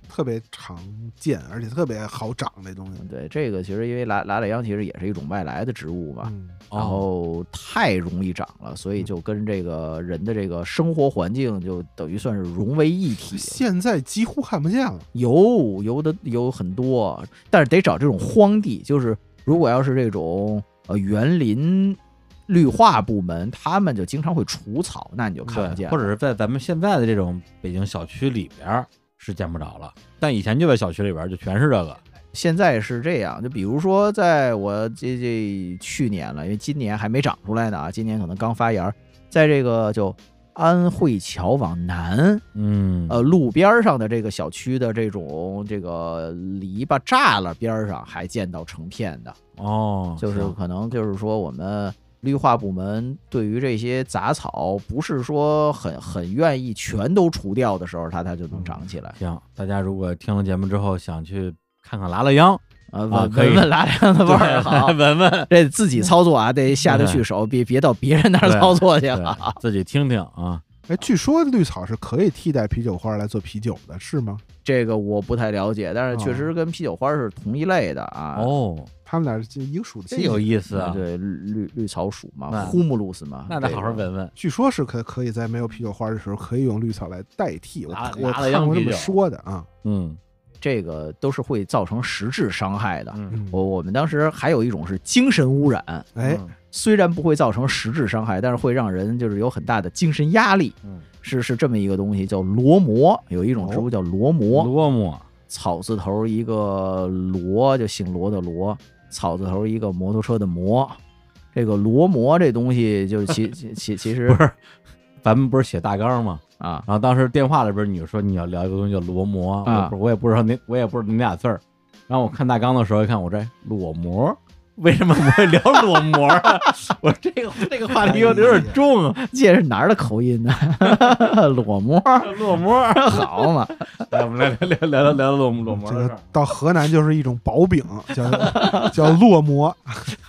特别常见，而且特别好长这东西。
嗯
嗯
对这个其实因为拉拉了秧其实也是一种外来的植物嘛，
嗯，
哦嗯
然后太容易长了，所以就跟这个人的这个生活环境就等于算是融为一体。
现在几乎看不见了。
有有的有很多，但是得找这种荒地，就是如果要是这种呃园林绿化部门，他们就经常会除草，那你就看
对，
不见，
或者是在咱们现在的这种北京小区里边儿是见不着了，但以前就在小区里边儿就全是这个。
现在是这样，就比如说，在我这这去年了，因为今年还没长出来呢啊，今年可能刚发芽儿，在这个就安慧桥往南，
嗯，
呃，路边儿上的这个小区的这种这个篱笆栅栏边儿上还见到成片的。
哦，
就是
行
可能就是说我们绿化部门对于这些杂草，不是说很很愿意全都除掉的时候，它它就能长起来。
行，大家如果听了节目之后想去看看拉拉秧，
呃，
啊
稳
可以
稳稳拉 两的味儿好
对，闻闻，
这自己操作啊，得下得
嗯
去手，别别到别人那儿
对
操作去
对
了。
自己听听啊。
哎，据说绿草是可以替代啤酒花来做啤酒的，是吗？
这个我不太了解，但是确实跟啤酒花是同一类的啊。，呃
哦，
他们俩是一个属的
这
亲戚
有意思啊！
对，绿绿绿草属嘛
那，
呼木露丝嘛，
那得好好
这个。
闻闻。
据说是可可以在没有啤酒花的时候，可以用绿草来代替。我
拿
我
拿了样
看过这
啤
么
酒
说的啊，
嗯
这个都是会造成实质伤害的。
嗯，
嗯
我我们当时还有一种是精神污染，
哎，
嗯，
虽然不会造成实质伤害，但是会让人就是有很大的精神压力，
嗯，
是是这么一个东西，叫罗摩，有一种植
哦
物叫罗摩，
罗木，
草字头一个罗，就姓罗的罗，草字头一个摩托车的摩。这个罗摩这东西就是 其其其其实
不是，咱们不是写大纲吗？
啊，
然后当时电话里边你说你要聊一个东西叫螺膜，
啊
我不我也不知道那我也不知道那俩字儿。然后我看大纲的时候，一看我这裸膜，为什么我会聊裸膜啊？ 我说这个这个话题有 点重啊，
这是哪儿的口音呢？ 裸摩
裸膜。
好嘛，
来，我们来聊聊聊聊聊裸裸膜
嗯这
的事儿
个。到河南就是一种薄饼，叫 叫烙馍，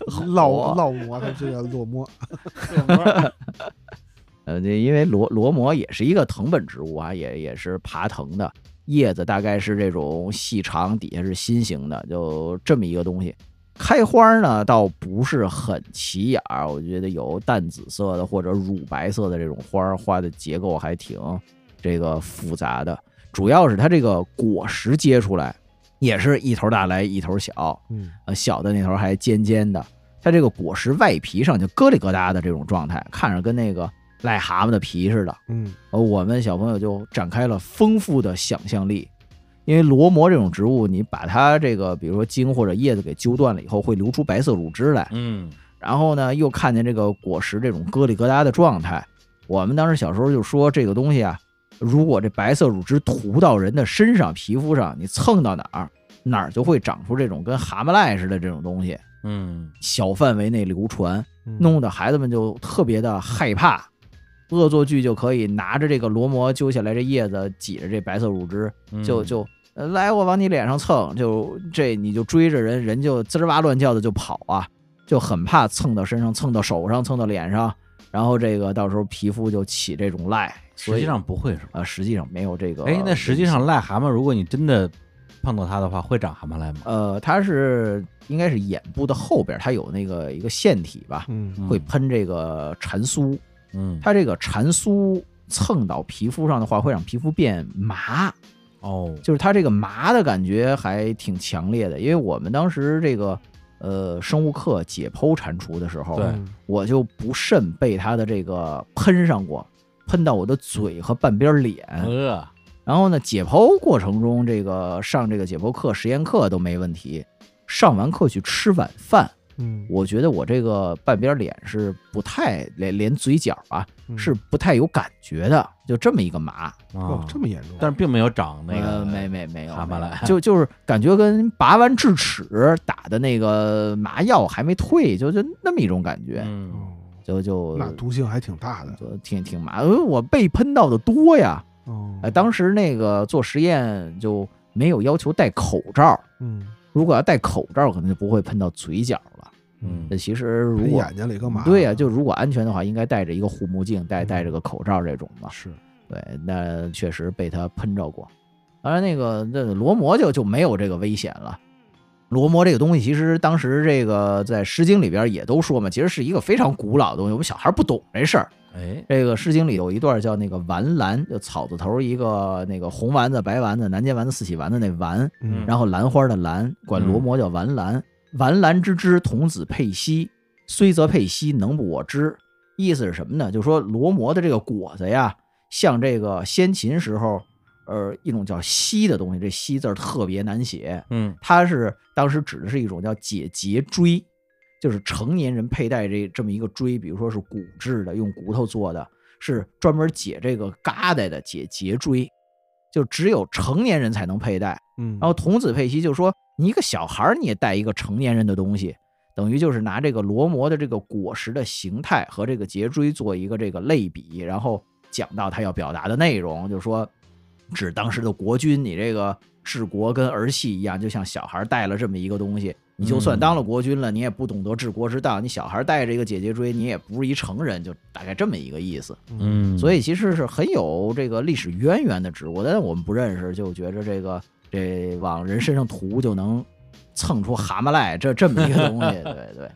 烙烙馍，它这叫烙馍。
裸膜
呃，这因为罗罗摩也是一个藤本植物啊，也也是爬藤的，叶子大概是这种细长，底下是心形的，就这么一个东西。开花呢，倒不是很起眼儿，我觉得有淡紫色的或者乳白色的这种花儿，花的结构还挺这个复杂的。主要是它这个果实结出来，也是一头大来一头小，
嗯，
呃，小的那头还尖尖的，它这个果实外皮上就疙里疙瘩的这种状态，看着跟那个癞蛤蟆的皮似的。
嗯，
呃，我们小朋友就展开了丰富的想象力，因为螺蘑这种植物，你把它这个比如说茎或者叶子给揪断了以后，会流出白色乳汁来。
嗯，
然后呢，又看见这个果实这种疙里疙瘩的状态。我们当时小时候就说这个东西啊，如果这白色乳汁涂到人的身上、皮肤上，你蹭到哪儿，哪儿就会长出这种跟蛤蟆赖似的这种东西。
嗯，
小范围内流传，
嗯
弄得孩子们就特别的害怕。恶作剧就可以拿着这个螺膜揪下来这叶子，挤着这白色乳汁，
嗯
就就呃来我往你脸上蹭，就这你就追着人，人就滋儿哇乱叫的就跑啊，就很怕蹭到身上、蹭到手上、蹭到脸上，然后这个到时候皮肤就起这种癞。所
实
以
际上不会是吧？
呃，实际上没有这个。
哎，那实际上癞蛤蟆，如果你真的碰到它的话，会长蛤蟆来吗？
呃，它是应该是眼部的后边，它有那个一个腺体吧，
嗯，
呃会喷这个蟾酥，
嗯，
它这个蟾酥蹭到皮肤上的话，会让皮肤变麻，
哦，
就是它这个麻的感觉还挺强烈的。因为我们当时这个呃生物课解剖蟾蜍的时候，
对
嗯
我就不慎被它的这个喷上过，喷到我的嘴和半边脸。
呃，
然后呢，解剖过程中，这个上这个解剖课、实验课都没问题。上完课去吃晚饭，
嗯，
我觉得我这个半边脸是不太连连嘴角啊，
嗯
是不太有感觉的，就这么一个麻，
哦
啊，，
这么严重，
但是并没有长那
呃
个，
没没没有
蛤蟆
没有
来
就就是感觉跟拔完智齿打的那个麻药还没退，就就那么一种感觉，
嗯，
哦，
就就
那毒性还挺大的。
就挺挺麻，因为我被喷到的多呀，
哦，
哎，当时那个做实验就没有要求戴口罩，
嗯
如果要戴口罩，可能就不会喷到嘴角了。
嗯
那其实如
喷
果
眼睛里干嘛？
对呀、就如果安全的话，应该戴着一个护目镜，戴戴着个口罩这种嘛。
是
对，那确实被他喷着过。当然，那个那罗摩就就没有这个危险了。罗摩这个东西，其实当时这个在《诗经》里边也都说嘛，其实是一个非常古老的东西，我们小孩不懂这事儿。
哎，
这个《诗经》里有一段叫那个“丸兰”，就草字头一个那个红丸子、白丸子、南煎丸子、四喜丸子那丸，
嗯
然后兰花的兰，管罗摩叫丸兰。丸兰之枝，童子佩兮，虽则佩兮，能不我知。意思是什么呢？就是说罗摩的这个果子呀，像这个先秦时候，呃，一种叫犀的东西，这犀字儿特别难写，
嗯
它是当时指的是一种叫解节锥，就是成年人佩戴这这么一个锥，比如说是骨制的，用骨头做的，是专门解这个疙瘩的解节锥，就只有成年人才能佩戴。
嗯，
然后童子佩西就说：“你一个小孩儿，你也带一个成年人的东西，等于就是拿这个罗摩的这个果实的形态和这个节锥做一个这个类比，然后讲到他要表达的内容，就说指当时的国君，你这个治国跟儿戏一样，就像小孩带了这么一个东西，你就算当了国君了，你也不懂得治国之道，你小孩带着一个姐姐锥，你也不是一成人，就大概这么一个意思。
嗯，
所以其实是很有这个历史渊源的植物，但是我们不认识，就觉着这个这往人身上涂就能蹭出蛤蟆来，这这么一个东 西，对对，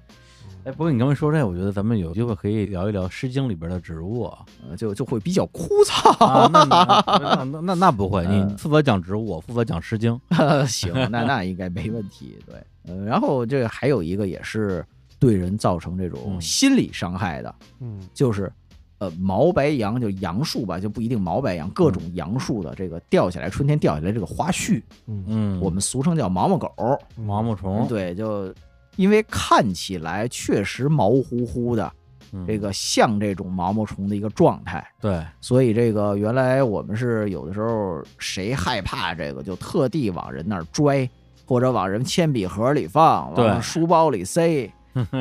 哎，不过你刚才说这，我觉得咱们有机会可以聊一聊《诗经》里边的植物 啊。
呃就就会比较枯燥。
啊那你那那那那不会，你
嗯
负责讲植物，我负责讲《诗经》。
行，那那应该没问题，对，嗯，然后这还有一个也是对人造成这种
嗯
心理伤害的，
嗯
就是。呃，毛白杨就杨树吧，就不一定毛白杨，各
嗯
种杨树的这个掉下来，春天掉下来这个花絮，
嗯
嗯，
我们俗称叫毛毛狗。
毛毛虫，
对，就因为看起来确实毛乎乎的，
嗯
这个像这种毛毛虫的一个状态，
对，
所以这个原来我们是有的时候谁害怕这个，就特地往人那儿拽，或者往人铅笔盒里放，
对
往书包 里塞。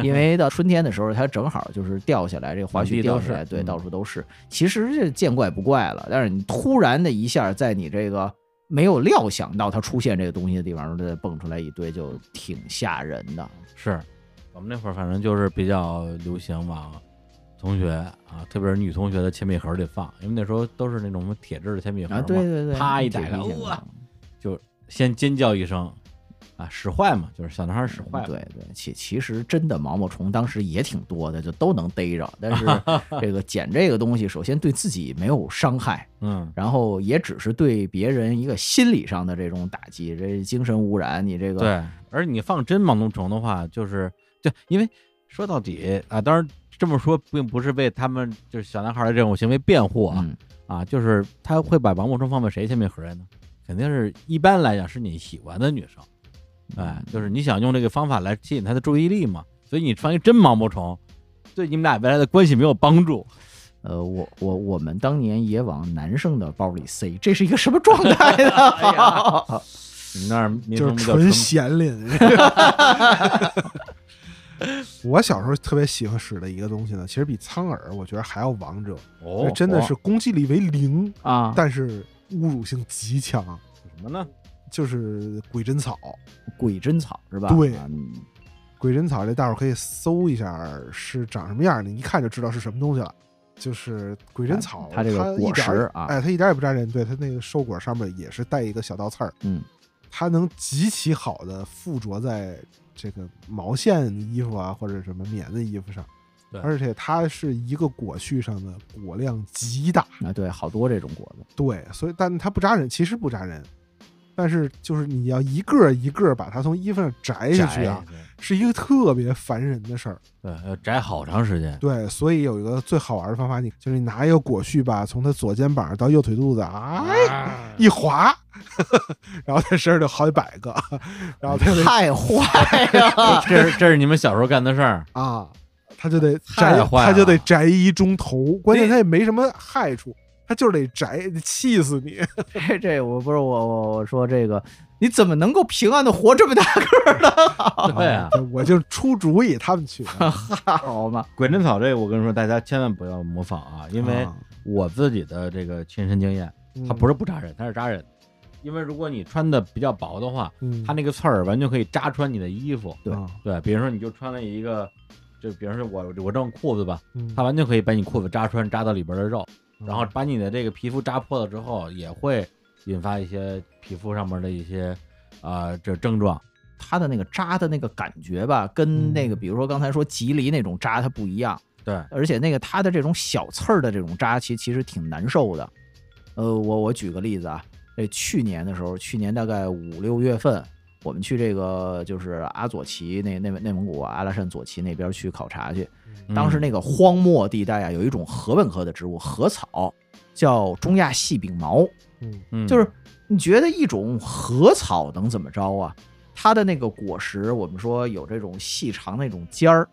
因为到春天的时候，它正好就是掉下来，这个花
满地
絮掉
都
下来，
是
对，
嗯
到处都是。其实这见怪不怪了，但是你突然的一下，在你这个没有料想到它出现这个东西的地方，再蹦出来一堆，就挺吓人的。
是我们那会儿反正就是比较流行往同学啊，特别是女同学的铅笔盒里放，因为那时候都是那种什么铁质的铅笔盒
啊，
嘛，
对对对，
啪一
挺
打开
明显的
哇先尖叫一声啊，使坏嘛，就是小男孩使坏嘛，
对对，其其实真的毛毛虫当时也挺多的，就都能逮着。但是这个捡这个东西，首先对自己没有伤害，
嗯，
然后也只是对别人一个心理上的这种打击，这精神污染，你这个
对。而你放真毛毛虫的话，就是对，因为说到底啊，当然这么说并不是为他们就是小男孩的这种行为辩护啊，
嗯，
啊，就是他会把王沫春放在谁前面合呀呢？肯定是一般来讲是你喜欢的女生，哎，就是你想用这个方法来吸引她的注意力嘛。所以你穿一真毛毛虫，对你们俩未来的关系没有帮助。
呃，我我我们当年也往男生的包里塞，这是一个什么状态呢？
你们那儿民
就
俗
是
不叫
纯闲林。我小时候特别喜欢使的一个东西呢，其实比苍耳我觉得还要王者，
哦，
真的是
哦
攻击力为零，
啊，
但是侮辱性极强，
什么呢？
就是鬼针草。
鬼针草是吧？
对
嗯
鬼针草这大伙儿可以搜一下是长什么样的，你一看就知道是什么东西了。就是鬼针草，
它它这个
它一
果
点
实
儿
啊
哎，它一点儿也不扎人，对，它那个兽果上面也是带一个小倒刺儿，
嗯，
它能极其好的附着在这个毛线衣服啊或者什么棉的衣服上，
对
而且它是一个果絮上的果量极大，
啊对，好多这种果子，
对，所以但它不扎人，其实不扎人，但是就是你要一个一个把它从衣服上摘下去啊，
对
是一个特别烦人的事儿。
对，要摘好长时 间。
对，所以有一个最好玩的方法，你就是你拿一个果絮吧，从他左肩膀到右腿肚子，哎，一划， 然后他身上就好几百个，然后他就得
太坏了。
这是这是你们小时候干的事儿，
啊，他就得
太
摘，
坏
他就得
了
摘一中头，关键
那
他也没什么害处，他就是得摘，气死你！
这这我不是我我我说这个，你怎么能够平安的活这么大 个儿呢？
对啊。
我就出主意他们去的，
好嘛，
鬼针草这个，我跟你说，大家千万不要模仿啊， 因为
啊
我自己的这个亲身经验，它不
是，
是不扎人，它是扎人。因为如果你穿的比较薄的话，
嗯
它那个刺儿完全可以扎穿你的衣服。
对
啊
对，比如说你就穿了一个，就比如说我我这种裤子吧，
嗯
它完全可以把你裤子扎穿，扎到里边的肉，然后把你的这个皮肤扎破了之后，也会引发一些皮肤上面的一些啊、呃这症状。
它的那个扎的那个感觉吧，跟那个比如说刚才说吉林那种扎它不一样，
对，
而且那个它的这种小刺儿的这种扎，其其实挺难受的。呃，我我举个例子啊，这去年的时候，去年大概五六月份，我们去这个就是阿左旗那内内蒙古阿拉善左旗那边去考察去，
嗯
当时那个荒漠地带啊，有一种禾本科的植物禾草，叫中亚细柄毛。
嗯
嗯、
就是你觉得一种禾草能怎么着啊？它的那个果实，我们说有这种细长那种尖儿，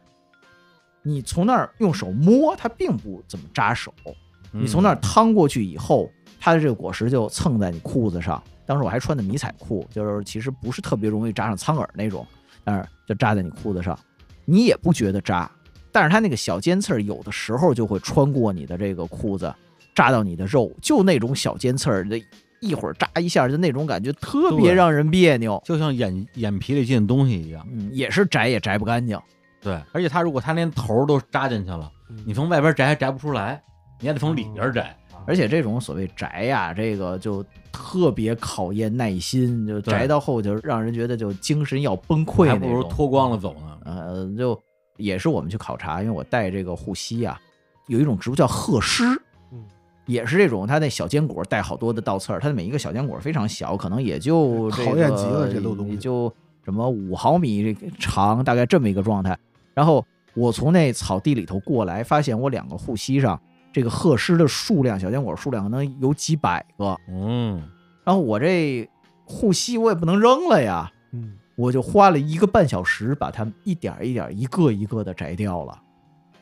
你从那儿用手摸，它并不怎么扎手。
嗯
你从那儿趟过去以后，它的这个果实就蹭在你裤子上。当时我还穿的迷彩裤，就是其实不是特别容易扎上苍耳那种，但是就扎在你裤子上，你也不觉得扎，但是它那个小尖刺儿有的时候就会穿过你的这个裤子，扎到你的肉，就那种小尖刺儿的一会儿扎一下，就那种感觉特
对
别让人别扭。
就像眼眼皮里进东西一样。
嗯，也是摘也摘不干净。
对，而且它如果它连头儿都扎进去了，
嗯
你从外边摘还摘不出来，你还得从里边摘。
而且这种所谓宅呀、这个就特别考验耐心，就
对
宅到后就让人觉得就精神要崩
我
溃
还
那
不如
种
脱光了走呢。
呃，就也是我们去考察，因为我带这个护膝啊，有一种植物叫褐狮，
嗯，
也是这种，它那小坚果带好多的倒刺儿，它的每一个小坚果非常小，可能也就、这个、
讨厌极了这漏东西
也就什么五毫米这个长，大概这么一个状态。然后我从那草地里头过来，发现我两个护膝上这个褐狮的数量，小坚果数量可能有几百个，
嗯，
然后我这护膝我也不能扔了呀，
嗯，
我就花了一个半小时把它们一点儿一点儿一个一个的摘掉了，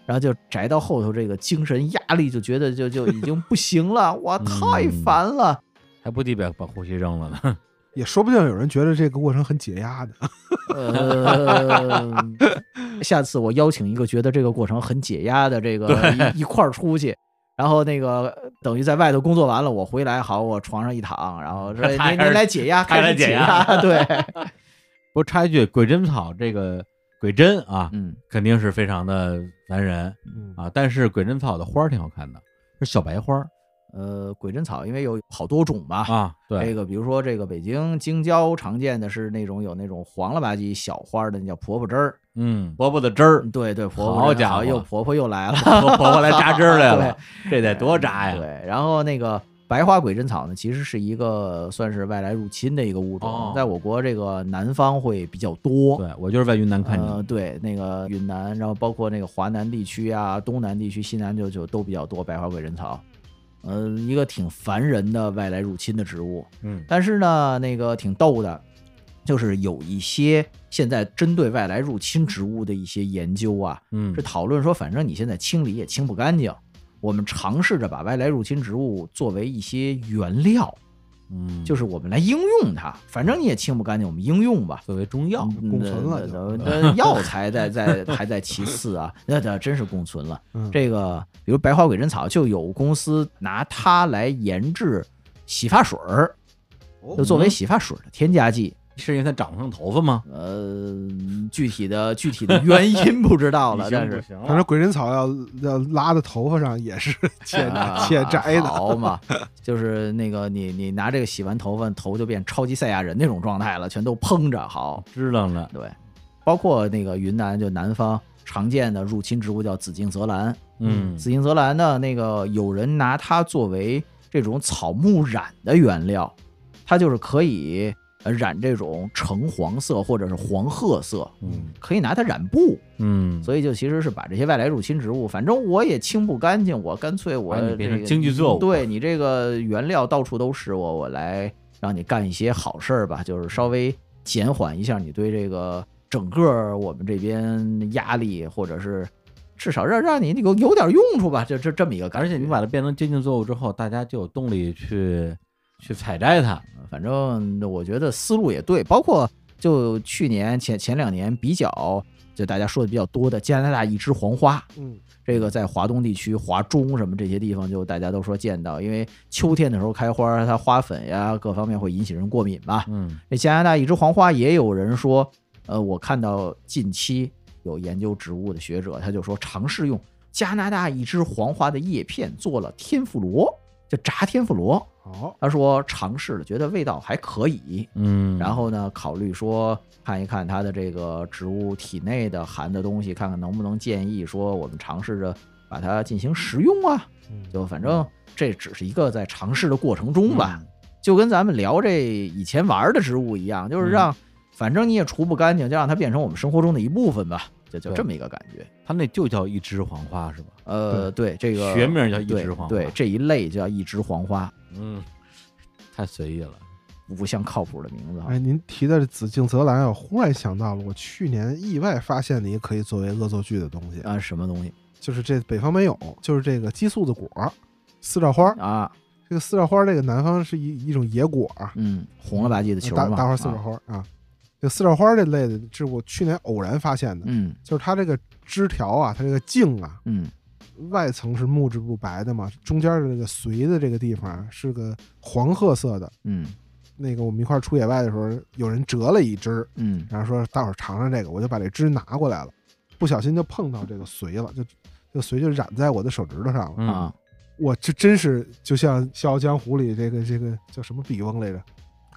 然后就摘到后头，这个精神压力就觉得就就已经不行了，哇，
嗯
太烦了。
还不地把把呼吸扔了呢。
也说不定有人觉得这个过程很解压的。
呃， 下次我邀请一个觉得这个过程很解压的这个一一块儿出去。然后那个呃等于在外头工作完了，我回来好，我床上一躺，然 后说哎您
开始
您来解压，
开始
开始
解
解
压
压， 对，
不过插一句，鬼针草这个鬼针啊，
嗯，
肯定是非常的烦人
嗯
啊。但是鬼针草的花儿挺好看的，是小白花儿
呃，鬼针草因为有好多种吧，
啊。
这
对，
个比如说这个北京京郊常见的是那种有那种黄了吧唧小花儿的，那叫婆婆枝儿。
嗯，婆婆的汁 儿，
对对，婆
好
婆
家伙
又婆婆又来了，
婆婆来扎汁儿来了，这得多扎呀！
对，然后那个白花鬼针草呢，其实是一个算是外来入侵的一个物种，
哦
在我国这个南方会比较多。
对我就是在云南看见的
呃，对，那个云南，然后包括那个华南地区啊、东南地区、西南就就都比较多白花鬼针草，呃，一个挺烦人的外来入侵的植物。
嗯
但是呢，那个挺逗的，就是有一些现在针对外来入侵植物的一些研究啊，
嗯
是讨论说，反正你现在清理也清不干净，我们尝试着把外来入侵植物作为一些原料，
嗯，
就是我们来应用它。反正你也清不干净，我们应用吧。
作为中药，
嗯
共存了
那那那药材在 在还在其次啊，那那真是共存了。
嗯，
这个比如白花鬼针草，就有公司拿它来研制洗发水儿，就作为洗发水的添加剂。
是因为它长不上头发吗？
呃，具体的具体的 原因不知道了，
已经
但
不
是
行
反正
了，
鬼针草要要拉到头发上也是 且
啊
且摘的。
好嘛， 就是那个你你拿这个洗完头发，头就变超级赛亚人那种状态了，全都蓬着。好，
知道了。
对，包括那个云南就南方常见的入侵植物叫紫茎泽兰，
嗯
紫茎泽兰呢，那个有人拿它作为这种草木染的原料，它就是可以呃染这种橙黄色或者是黄褐色，
嗯
可以拿它染布。
嗯，
所以就其实是把这些外来入侵植物，反正我也清不干净，我干脆我、
把
这
你
个、嗯
变成经济作物
对你这个原料到处都是我，我来让你干一些好事儿吧，就是稍微减缓一下你对这个整个我们这边压力，或者是至少让让你有有点用处吧，就这这么一个感
而
觉。
且你把它变成经济作物之后，大家就有动力去去采摘它。
反正我觉得思路也对，包括就去年前前两年比较就大家说的比较多的加拿大一枝黄花，
嗯，
这个在华东地区、华中什么这些地方，就大家都说见到，因为秋天的时候开花，它花粉呀各方面会引起人过敏嘛。
嗯
那加拿大一枝黄花也有人说，呃，我看到近期有研究植物的学者，他就说尝试用加拿大一枝黄花的叶片做了天妇罗，就炸天妇罗。
好，
他说尝试了，觉得味道还可以，
嗯，
然后呢，考虑说看一看它的这个植物体内的含的东西，看看能不能建议说我们尝试着把它进行食用啊。
嗯
就反正这只是一个在尝试的过程中
嗯
吧，就跟咱们聊这以前玩的植物一样，
嗯
就是让反正你也除不干净，就让它变成我们生活中的一部分吧，就就
对
这么一个感觉。
它那就叫一枝黄花是吧？
呃，对这个
学名叫一
对
枝黄花
对这一类叫一枝黄花，
嗯，太随意了。
不像靠谱的名字啊
哎，。您提的这紫禁泽兰啊，我忽然想到了，我去年意外发现了一个可以作为恶作剧的东西，
啊，什么东西
就是这北方没有，就是这个激素的果儿，四照花儿。
啊？
这个四照花儿，这个南方是一一种野果啊，
嗯，红了吧唧的球
大
嘛，
大花儿四照
啊
花儿啊。这四照花儿这类的，这是我去年偶然发现的，
嗯
就是它这个枝条啊，它这个茎啊，
嗯
外层是木质不白的嘛，中间的这个髓的这个地方啊是个黄褐色的。
嗯
那个我们一块儿出野外的时候，有人折了一只，
嗯
然后说大伙儿尝尝这个，我就把这汁拿过来了，不小心就碰到这个髓了，就这个髓就染在我的手指头上了。
嗯
啊，
我这真是就像《笑傲江湖》里这个这个叫什么笔翁来着？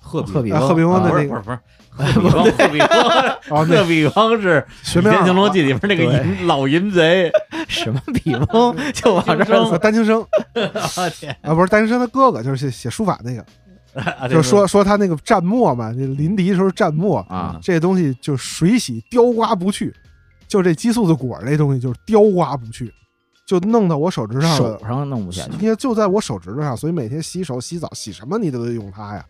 鹤壁
鹤 壁
啊
翁，
鹤壁翁的
不
那
是
个
不是不是，鹤壁翁 鹤壁翁
哦，那
鹤壁翁是
学
《
名
变形龙
啊
记》里边那个淫老淫贼，
什么笔翁就往
竞
这儿
争
啊丹青生
我天
啊，不是丹青生他哥哥，就是写写书法那个，
啊
就说说他那个蘸墨嘛，那临敌的时候蘸墨，
啊，
这东西就水洗雕刮不去，就这激素的果儿这东西就是雕刮不去，就弄到我手指上
手
了。
上弄不下去，
因为就在我手指头上，所以每天洗手、洗澡、洗什么你都得用它呀。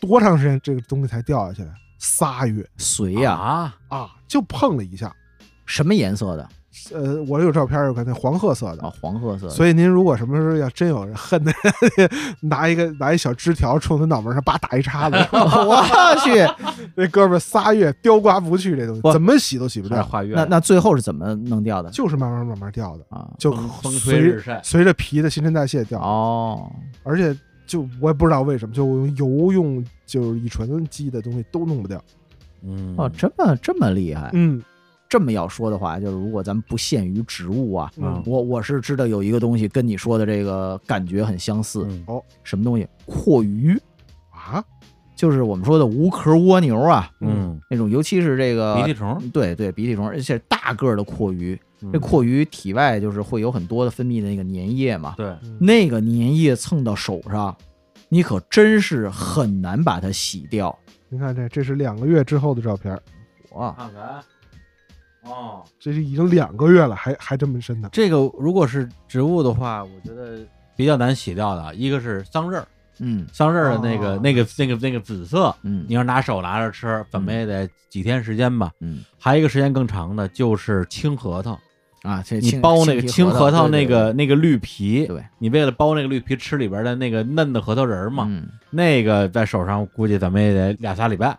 多长时间这个东西才掉下去的？仨月
髓
呀
呀，
啊，
啊，就碰了一下。
什么颜色的
呃，我有照片儿，有看那黄褐色的。
啊？黄褐色的，
所以您如果什么时候要真有人恨的人， 拿一个拿一小枝条冲他脑门上叭打一 叉子，
我去，
那哥们儿仨月雕刮不去这东西，
不
怎么洗都洗不
有点
掉，
化约
那那最后是怎么弄掉的
就是慢慢慢慢掉的，
啊？
就
风风吹日
随
晒
随着皮的新陈代谢掉，
哦，
而且就我也不知道为什么，就我用油用就是乙醇基的东西都弄不掉。
嗯
哦，这么这么厉害，
嗯
这么要说的话，就是如果咱们不限于植物啊，
嗯
我我是知道有一个东西跟你说的这个感觉很相似，
嗯
什么东西？阔鱼，
啊，
就是我们说的无壳蜗牛啊，
嗯，呃
那种，尤其是这个嗯
鼻涕虫，
对对，鼻涕虫，而且大个儿的阔鱼，
嗯
这阔鱼体外就是会有很多的分泌的那个粘液嘛，
对，
嗯
那个粘液蹭到手上，你可真是很难把它洗掉。
您看这，这是两个月之后的照片，
哇，
看看，哦，
这是已经两个月了，还还这么深呢。
这个如果是植物的话，我觉得比较难洗掉的，一个是桑葚儿，
嗯
桑葚儿的那个
哦
那个那个那个紫色，
嗯
你要拿手拿着吃，怎么也得几天时间吧。
嗯
还有一个时间更长的，就是青核桃，
啊，这
你
青
剥那个青
青
核桃
对
那
对
个那个绿皮
对，对
你为了剥那个绿皮吃里边的那个嫩的核桃仁儿嘛，
嗯
那个在手上估计咱们也得俩仨礼拜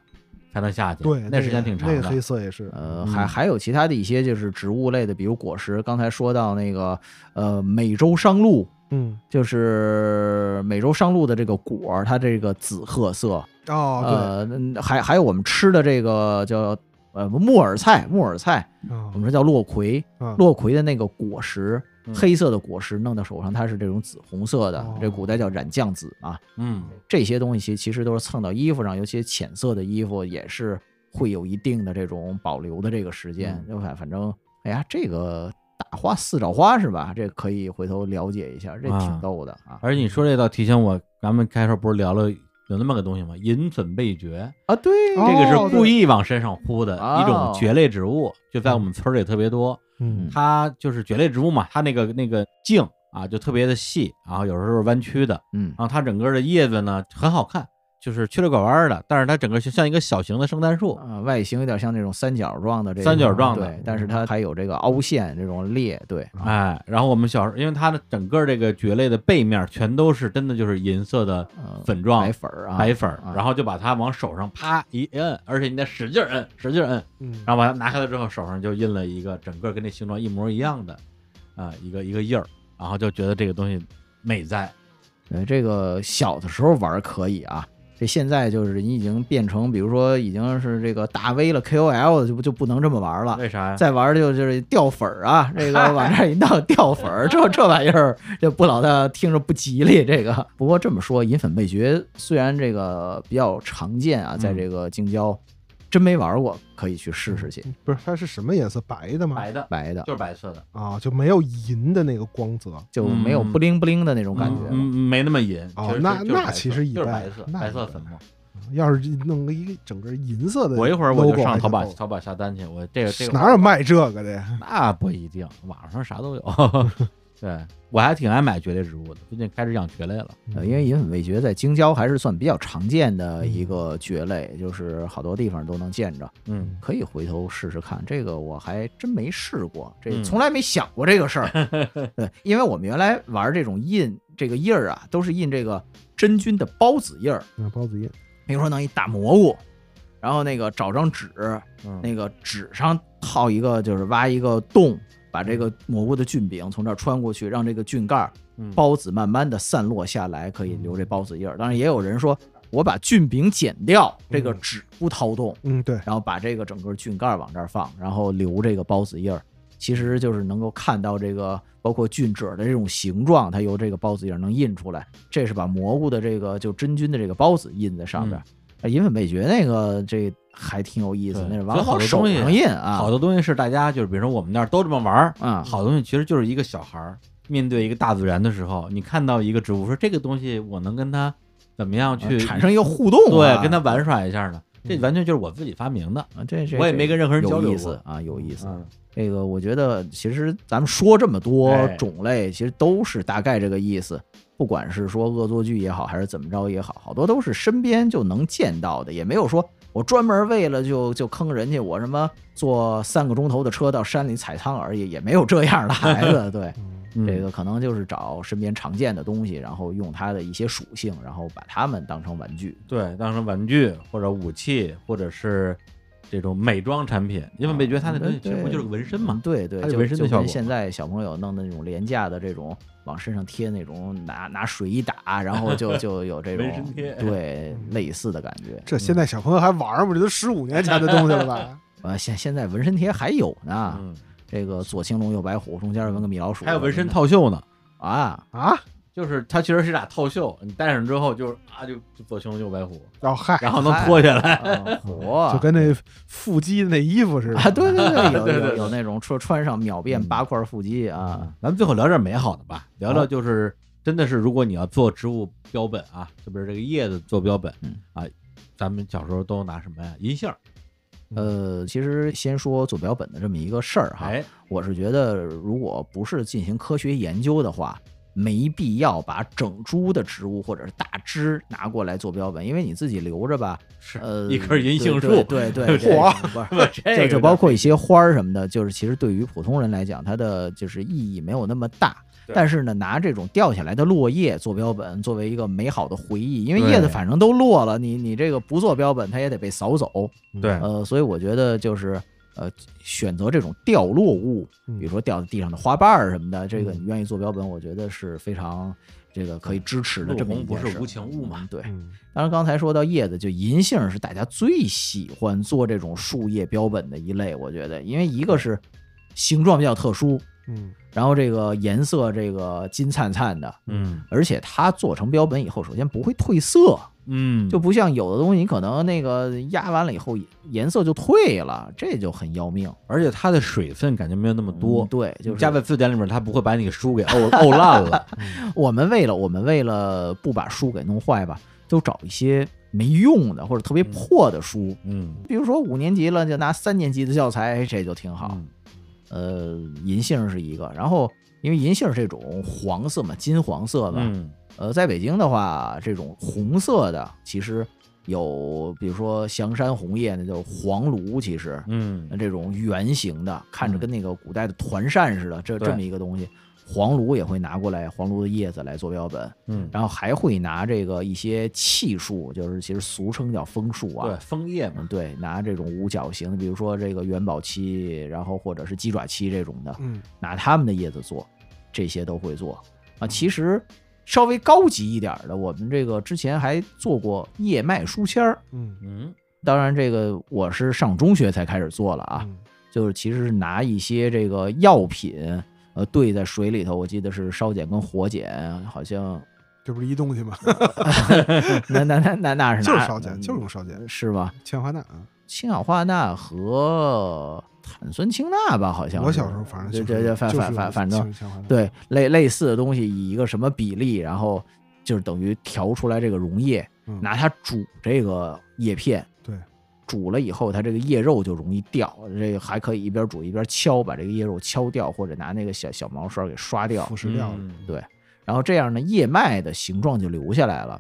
才能下去，
对，
那
个
时间挺长
那个
的
黑。色也是，
呃，
嗯
还还有其他的一些就是植物类的，比如果实。刚才说到那个呃美洲商陆，
嗯，
就是美洲商陆的这个果儿，它这个紫褐色。
哦，
呃，嗯还还有我们吃的这个叫呃木耳菜，木耳菜
对，啊
我们说叫落葵，
啊，
嗯落葵的那个果实，
嗯
黑色的果实弄到手上，它是这种紫红色的
哦，
这古代叫染酱紫啊。
嗯，
这些东西其其实都是蹭到衣服上，尤其浅色的衣服也是会有一定的这种保留的这个时间
嗯。
就反反正，哎呀，这个大花四爪花是吧？这可以回头了解一下，这
啊
挺逗的啊
而且你说这倒提醒我，咱们开头不是聊了有那么个东西吗？银粉贝蕨，
啊！对，
哦
这个是故意往身上呼的
哦
一种蕨类植物，就在我们村儿里特别多。
嗯
它就是蕨类植物嘛，它那个那个茎啊就特别的细，然后有时候是弯曲的，
嗯
然后它整个的叶子呢很好看，就是曲里拐弯的，但是它整个就像一个小型的圣诞树。
啊，外形有点像那种三角状的这种，
哦三角状的嗯
对，但是它还有这个凹陷这种裂，对，
哎，然后我们小时候，因为它的整个这个蕨类的背面全都是真的就是银色的
呃
粉状
白粉儿啊，
白粉儿，
啊
然后就把它往手上啪一摁，而且你得使劲儿摁，使劲儿摁，
嗯，
然后把它拿开了之后，手上就印了一个整个跟那形状一模一样的啊、一个一个印儿，然后就觉得这个东西美哉。
呃，这个小的时候玩儿可以啊，这现在就是你已经变成，比如说已经是这个大 V 了，KOL 了，就不就不能这么玩儿了。
为啥呀？
再玩儿就就是掉粉儿啊，这个 往这儿一闹掉粉儿，这这玩意儿就不老的听着不吉利。这个不过这么说，银粉贝蕨虽然这个比较常见啊，在
嗯
这个京郊，真没玩过，可以去试试去。
不是，它是什么颜色？白的吗？
白的，
白的
就是白色的，
啊，就没有银的那个光泽。
就没有
嗯
不灵不灵的那种感觉
嗯
了。
嗯，没那么银。
哦
就是
那
就是
那
白色
其实一
就是
般
白色，
那
白色
一般
粉末。
要是弄个一个整个银色的 logo 还挺逗，
我一会儿我就上淘宝淘宝下单去，我这个这个
哪有卖这个的呀？
那不一定，网上啥都有。 对我还挺爱买蕨类植物的，最近开始养蕨类了。
呃，因为银粉味蕨在京郊还是算比较常见的一个蕨类，就是好多地方都能见着，
嗯，
可以回头试试看。这个我还真没试过，这
嗯
从来没想过这个事儿。对，因为我们原来玩这种印这个印儿啊，都是印这个真菌的孢子印儿，
那嗯包子印，
比如说弄一大蘑菇，然后那个找张纸，
嗯
那个纸上套一个，就是挖一个洞，把这个蘑菇的菌饼从这儿穿过去，让这个菌盖儿
嗯
孢子慢慢的散落下来，可以留这孢子叶儿。当然，也有人说我把菌饼剪掉，这个
嗯
纸不掏动，
嗯，对，
然后把这个整个菌盖儿往这儿放，然后留这个孢子叶儿，其实就是能够看到这个包括菌褶的这种形状，它由这个孢子叶儿能印出来。这是把蘑菇的这个就真菌的这个孢子印在上
嗯
面。啊银粉味觉那个这还挺有意思
对，
那是
所以
往
好
往
多
手
东西
上印啊，
好多东西是大家就是，比如说我们那儿都这么玩儿，
啊，
好东西其实就是一个小孩儿面对一个大自然的时候，你看到一个植物，说这个东西我能跟它怎么样去
嗯呃产生一个互动、啊，
对，跟它玩耍一下呢？这完全就是我自己发明的，
啊，这这
我也没跟任何人交
有
流
意思
过。
啊，有意思。
嗯，
这个我觉得，其实咱们说这么多
哎
种类，其实都是大概这个意思。不管是说恶作剧也好，还是怎么着也好，好多都是身边就能见到的，也没有说我专门为了就就坑人家，我什么坐三个钟头的车到山里踩汤而已，也没有这样的孩子。对，
嗯
嗯
这个可能就是找身边常见的东西，然后用它的一些属性，然后把它们当成玩具。
对，当成玩具或者武器，或者是这种美妆产品，因为美觉得它那东西其实不就是个纹身嘛？
啊嗯哎对对，
它有
就
纹身的
就
效
跟
果
现在小朋友弄的那种廉价的这种往身上贴那种拿拿水一打，然 后就就有这种
纹身贴
对类似的感觉。
这现在小朋友还玩儿吗？这都十五年前的东西了吧？
呃，现现在纹身贴还有呢，
嗯，
这个左青龙右白虎，中间纹个米老鼠，
还有纹身套袖呢，
啊，
啊，
就是它其实是俩套袖，你戴上之后就是啊，就就左青龙右白虎，
然后嗨，
然后能脱下 来。
啊火
就跟那腹肌那衣服似
啊，
的。
对对对， 有
对对嗯
有
对
有那种穿穿上秒
嗯
变八块腹肌啊，
咱们最后聊点美好的吧，聊聊就是真的是，如果你要做植物标本啊，特别是这个叶子做标本
嗯
啊，咱们小时候都拿什么呀？银杏儿，
呃，其实先说做标本的这么一个事儿哈，
哎，
我是觉得，如果不是进行科学研究的话，没必要把整株的植物或者是大枝拿过来做标本，因为你自己留着吧。
是
呃，
一棵银杏树，
对 对对，对
嚯
不是
这个
就就包括一些花儿什么的，就是其实对于普通人来讲，它的就是意义没有那么大。
对
但是呢，拿这种掉下来的落叶做标本，作为一个美好的回忆，因为
对
叶子反正都落了，你你这个不做标本，它也得被扫走。
嗯
对
呃，所以我觉得就是呃，选择这种掉落物，
嗯
比如说掉在地上的花瓣儿什么的，这个
嗯
你愿意做标本，我觉得是非常这个可以支持的
落
这么一
红不
件
是
事
无情物嘛
嗯对，
嗯
当然刚才说到叶子，就银杏是大家最喜欢做这种树叶标本的一类，我觉得，因为一个是形状比较特殊，
嗯
然后这个颜色这个金灿灿的。
嗯
而且它做成标本以后，首先不会褪色，
嗯，
就不像有的东西，你可能那个压完了以后颜色就退了，这就很要命。
而且它的水分感觉没有那么多
嗯，对，就是
加在字典里面，它不会把你给书给 沤沤烂了。
我们为了我们为了不把书给弄坏吧，就找一些没用的或者特别破的书，
嗯，
比如说五年级了就拿三年级的教材，这就挺好。
嗯，
呃，银杏是一个，然后因为银杏这种黄色嘛，金黄色嘛，
嗯
呃，在北京的话，这种红色的其实有，比如说香山红叶，那就是黄炉，其实，
嗯，
这种圆形的，看
嗯
着跟那个古代的团扇似的，这
对
这么一个东西。黄炉也会拿过来，黄炉的叶子来做标本，
嗯，
然后还会拿这个一些气树，就是其实俗称叫枫树
对，
啊，
枫叶
嗯
嘛，
对，拿这种五角形的，比如说这个元宝漆，然后或者是鸡爪漆这种的，
嗯
拿它们的叶子做，这些都会做啊。其实稍微高级一点儿的，我们这个之前还做过叶脉书签儿，
嗯
嗯
当然这个我是上中学才开始做了啊，
嗯
就是其实是拿一些这个药品，呃，兑在水里头，我记得是烧碱跟火碱，好像
这不是一东西吗？
那那那那那 是
就是
哪
烧
嗯
碱，就是用烧碱，
是吧？
氰化钠啊。
氢氧化钠和碳酸氢钠吧，好像是
我小时候反正
对
就
对
是
对，反
就是
反反反
就
正
是氰化钠，
对类类似的东西，以一个什么比例，然后就是等于调出来这个溶液，
嗯
拿它煮这个叶片，
对，
煮了以后，它这个叶肉就容易掉，这个还可以一边煮一边敲，把这个叶肉敲掉，或者拿那个小小毛刷给刷掉
腐，蚀掉了。
嗯
对，然后这样呢，叶脉的形状就留下来了。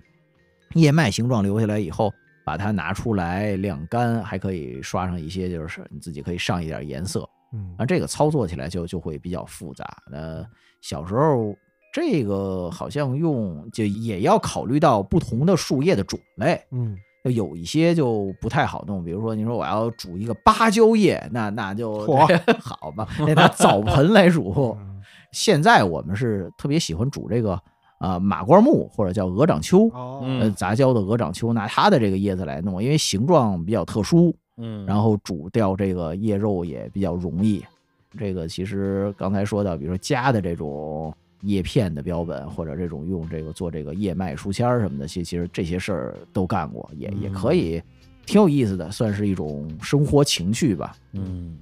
叶脉形状留下来以后，把它拿出来晾干，还可以刷上一些，就是你自己可以上一点颜色，
嗯
啊，这个操作起来就就会比较复杂。那小时候这个好像用就也要考虑到不同的树叶的种类，
嗯
有一些就不太好弄，比如说你说我要煮一个芭蕉叶，那那就
嚯
好吧，得拿澡盆来煮。
嗯
现在我们是特别喜欢煮这个呃马罐木或者叫鹅掌秋，
哦，
呃
嗯
杂交的鹅掌秋，拿它的这个叶子来弄，因为形状比较特殊，
嗯，
然后煮掉这个叶肉也比较容易。这个其实刚才说到，比如说家的这种叶片的标本，或者这种用这个做这个叶脉书签儿什么的，其其实这些事儿都干过，也也
嗯
可以，挺有意思的，算是一种生活情趣吧。
嗯，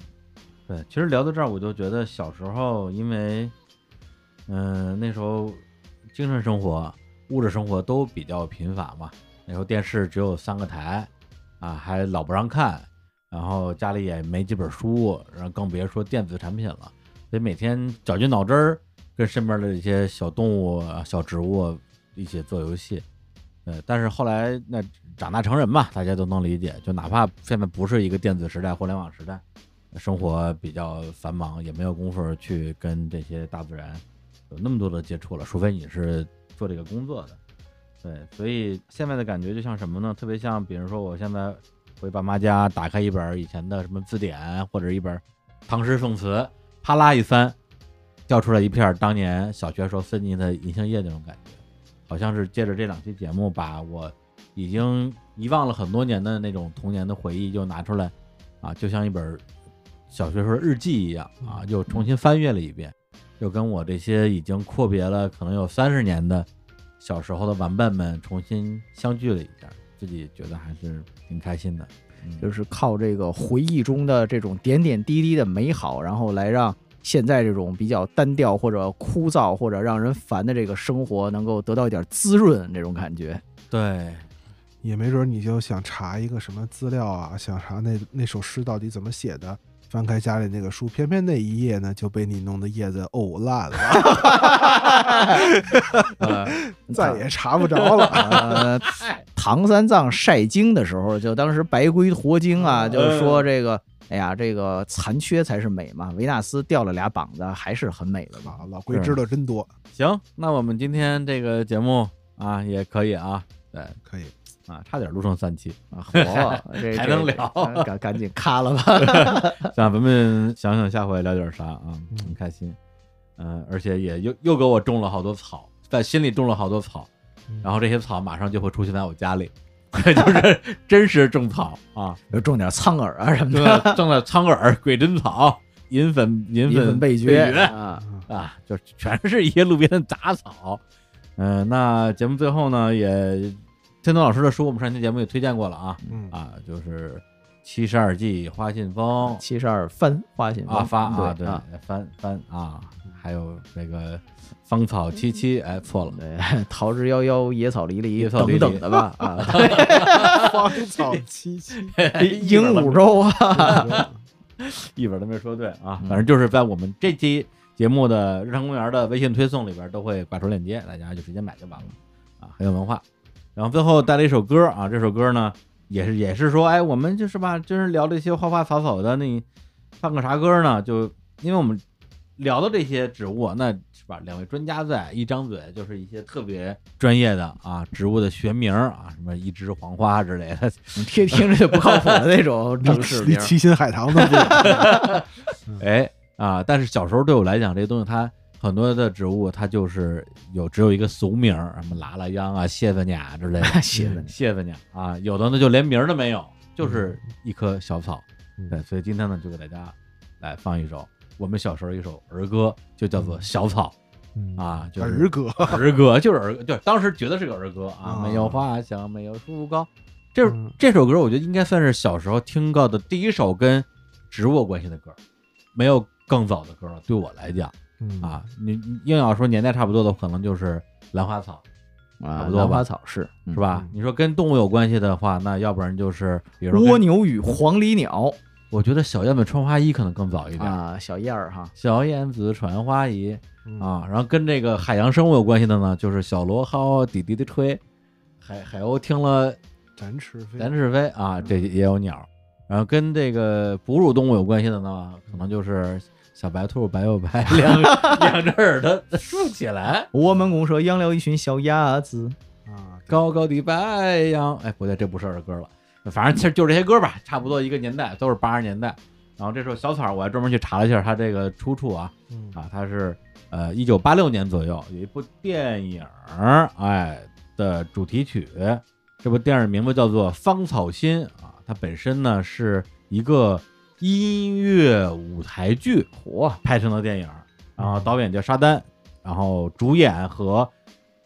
对，其实聊到这儿，我就觉得小时候，因为，嗯、那时候精神生活、物质生活都比较贫乏嘛。那时候电视只有三个台，啊，还老不让看，然后家里也没几本书，然后更别说电子产品了。所以每天绞尽脑汁儿跟身边的一些小动物、啊小植物一起做游戏。呃，但是后来那长大成人嘛，大家都能理解，就哪怕现在不是一个电子时代、互联网时代，生活比较繁忙，也没有功夫去跟这些大自然有那么多的接触了，除非你是做这个工作的。对，所以现在的感觉就像什么呢？特别像，比如说我现在回爸妈家，打开一本以前的什么字典，或者一本唐诗宋词，啪啦一翻，掉出来一片当年小学时候森林的银杏叶那种感觉，好像是借着这两期节目，把我已经遗忘了很多年的那种童年的回忆又拿出来，啊，就像一本 小学时候日记一样啊，又重新翻阅了一遍，又跟我这些已经阔别了可能有三十年的小时候的玩伴们重新相聚了一下，自己觉得还是挺开心的。嗯
就是靠这个回忆中的这种点点滴滴的美好，然后来让现在这种比较单调或者枯燥或者让人烦的这个生活能够得到一点滋润，这种感觉。
对，
也没准你就想查一个什么资料啊，想查那那首诗到底怎么写的。翻开家里那个书，偏偏那一页呢就被你弄的叶子呕烂了，
呃，
再也查不着 了。
呃，唐三藏晒经的时候，就当时白龟驮经啊，就是说这个，哎呀，这个残缺才是美嘛。维纳斯掉了俩膀子，还是很美的嘛。
啊，老龟知道真多，
行，那我们今天这个节目啊也可以啊，对
可以。
啊，差点录成三期，
啊嚯，这
还能
这
聊
呃赶赶紧咔了吧。
让咱们想想下回聊点啥啊，很开心。嗯、而且也又又给我种了好多草，在心里种了好多草，然后这些草马上就会出现在我家里， 就是真实种草 啊，
种点苍耳啊什么
种
的，
了种了苍耳、鬼针草、银粉、银
一
粉
粉
贝
被
蕨
绝啊。
啊，就全是一些路边的杂草。嗯、那节目最后呢，也天东老师的书我们上期节目也推荐过了啊
嗯，
啊，就是《七十二计花信封》
七十二番花信
啊，发啊，
对
对，翻翻啊，还有这个芳草七七，哎，错 了，
对，桃之夭夭，野草离离
野草离离
等等的吧
啊
啊，
芳草萋萋。
鹦鹉洲啊，
一本都没说对啊，
嗯
反正就是在我们这期节目的日常公园的微信推送里边都会挂出链接，大家就直接买就完了啊，很有文化。然后最后带了一首歌啊，这首歌呢也是也是说，哎，我们就是吧，就是聊这些花花草草的，那你放个啥歌呢？就因为我们聊到这些植物啊，那是吧？两位专家在，一张嘴就是一些特别专业的啊，植物的学名啊，什么一枝黄花之类的，
你听听着就不靠谱的 那种正式
离
名。，
七星海棠都不远。嗯
哎啊，但是小时候对我来讲，这些东西它很多的植物，它就是有只有一个俗名儿，什么拉拉秧啊、蟹子鸟之类的
写的
蟹子鸟啊，有的呢就连名儿都没有，就是一棵小草。
嗯
对，所以今天呢，就给大家来放一首我们小时候一首儿歌，就叫做《小草》啊，就是
嗯儿歌，
儿歌就是儿歌，就是当时觉得是个儿歌啊，
啊
没有花香，没有树高。这
嗯
这首歌我觉得应该算是小时候听到的第一首跟植物有关系的歌，没有更早的歌了。对我来讲
嗯
啊，你你硬要说年代差不多的，可能就是兰花草，差
啊，
不多吧
兰花草是
是？吧
嗯？
你说跟动物有关系的话，那要不然就是比如
嗯
说
蜗
跟，
牛与黄鹂鸟
我觉得小燕子穿花衣可能更早一点。
啊，小燕儿哈，
小燕子穿花衣
嗯
啊，然后跟这个海洋生物有关系的呢，就是小螺号滴滴的吹，海海鸥听了
展翅飞，
展翅飞啊，这也有鸟儿。然后跟这个哺乳动物有关系的呢，可能就是小白兔白又白，两两只耳朵竖起来。
我们公社养了一群小鸭子，
啊，对
高高的白杨，哎，不对，这不是儿歌了，反正其实就这些歌吧，差不多一个年代，都是八十年代。然后这首《小草》，我还专门去查了一下它这个出处啊，
嗯
啊，它是呃一九八六年左右有一部电影儿，哎的主题曲，这部电影名字叫做《芳草心》啊，它本身呢是一个音乐舞台剧火拍成的电影儿，然
嗯
后导演叫沙丹，然后主演和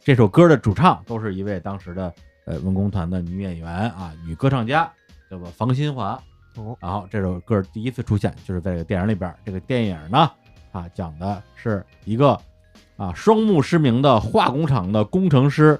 这首歌的主唱都是一位当时的呃文工团的女演员啊，女歌唱家，叫做房新华。
哦，
然后这首歌第一次出现就是在这个电影里边儿。这个电影呢，啊，讲的是一个啊双目失明的化工厂的工程师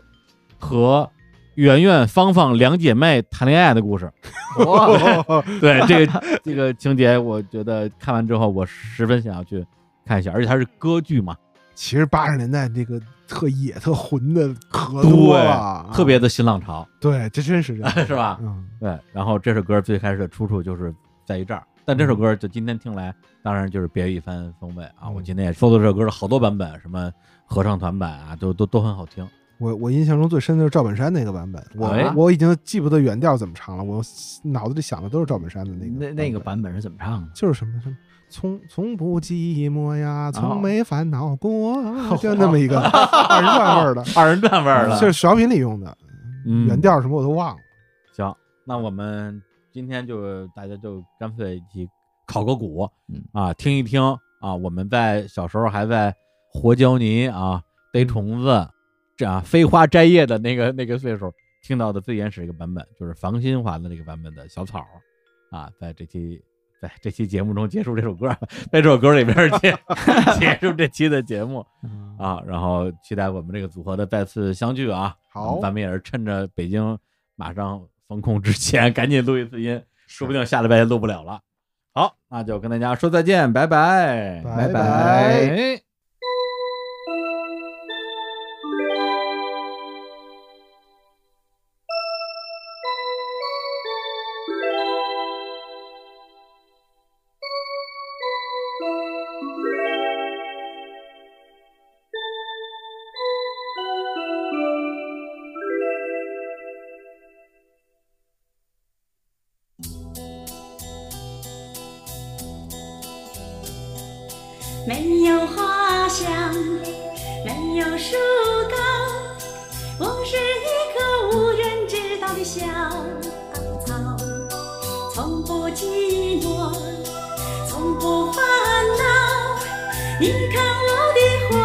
和圆圆、芳芳两姐妹谈恋爱的故事。
哇，
哦
对这个这个情节，我觉得看完之后，我十分想要去看一下，而且它是歌剧嘛，
其实八十年代那个特野、特混的可多了啊，
特别的新浪潮，
对，这真是这样，
是吧？
嗯，
对，然后这首歌最开始的出处就是在于这儿，但
嗯
这首歌就今天听来，当然就是别有一番风味啊！我
嗯
今天也搜到这首歌的好多版本，什么合唱团版啊，都都都很好听。
我我印象中最深的就是赵本山那个版本，我、
哎
我已经记不得原调怎么唱了，我脑子里想的都是赵本山的那个
那那个
版
版本是怎么唱的
本，？就是什么什么。从从不寂寞呀，
哦
从没烦恼 过，就那么一个 二人转味儿的，
二人转味儿了
就，是小品里用的，
嗯
原调什么我都忘了。
行，那我们今天就大家就干脆一起考个鼓，
嗯
啊，听一听啊，我们在小时候还在活胶泥啊逮虫子，这样飞花摘叶的那个那个岁数听到的最原始一个版本，就是房新华的那个版本的小草啊，在这期。在这期节目中结束这首歌，在这首歌里边儿 结结束这期的节目
嗯
啊，然后期待我们这个组合的再次相聚啊！
好，
咱们也是趁着北京马上封控之前， 赶紧录一次音，说不定下礼拜就录不了了。好，那就跟大家说再见，拜拜，
拜
拜
拜
没有花香，没有树高，我是一棵无人知道的小草，从不寂寞，从不烦恼。你看我的花啊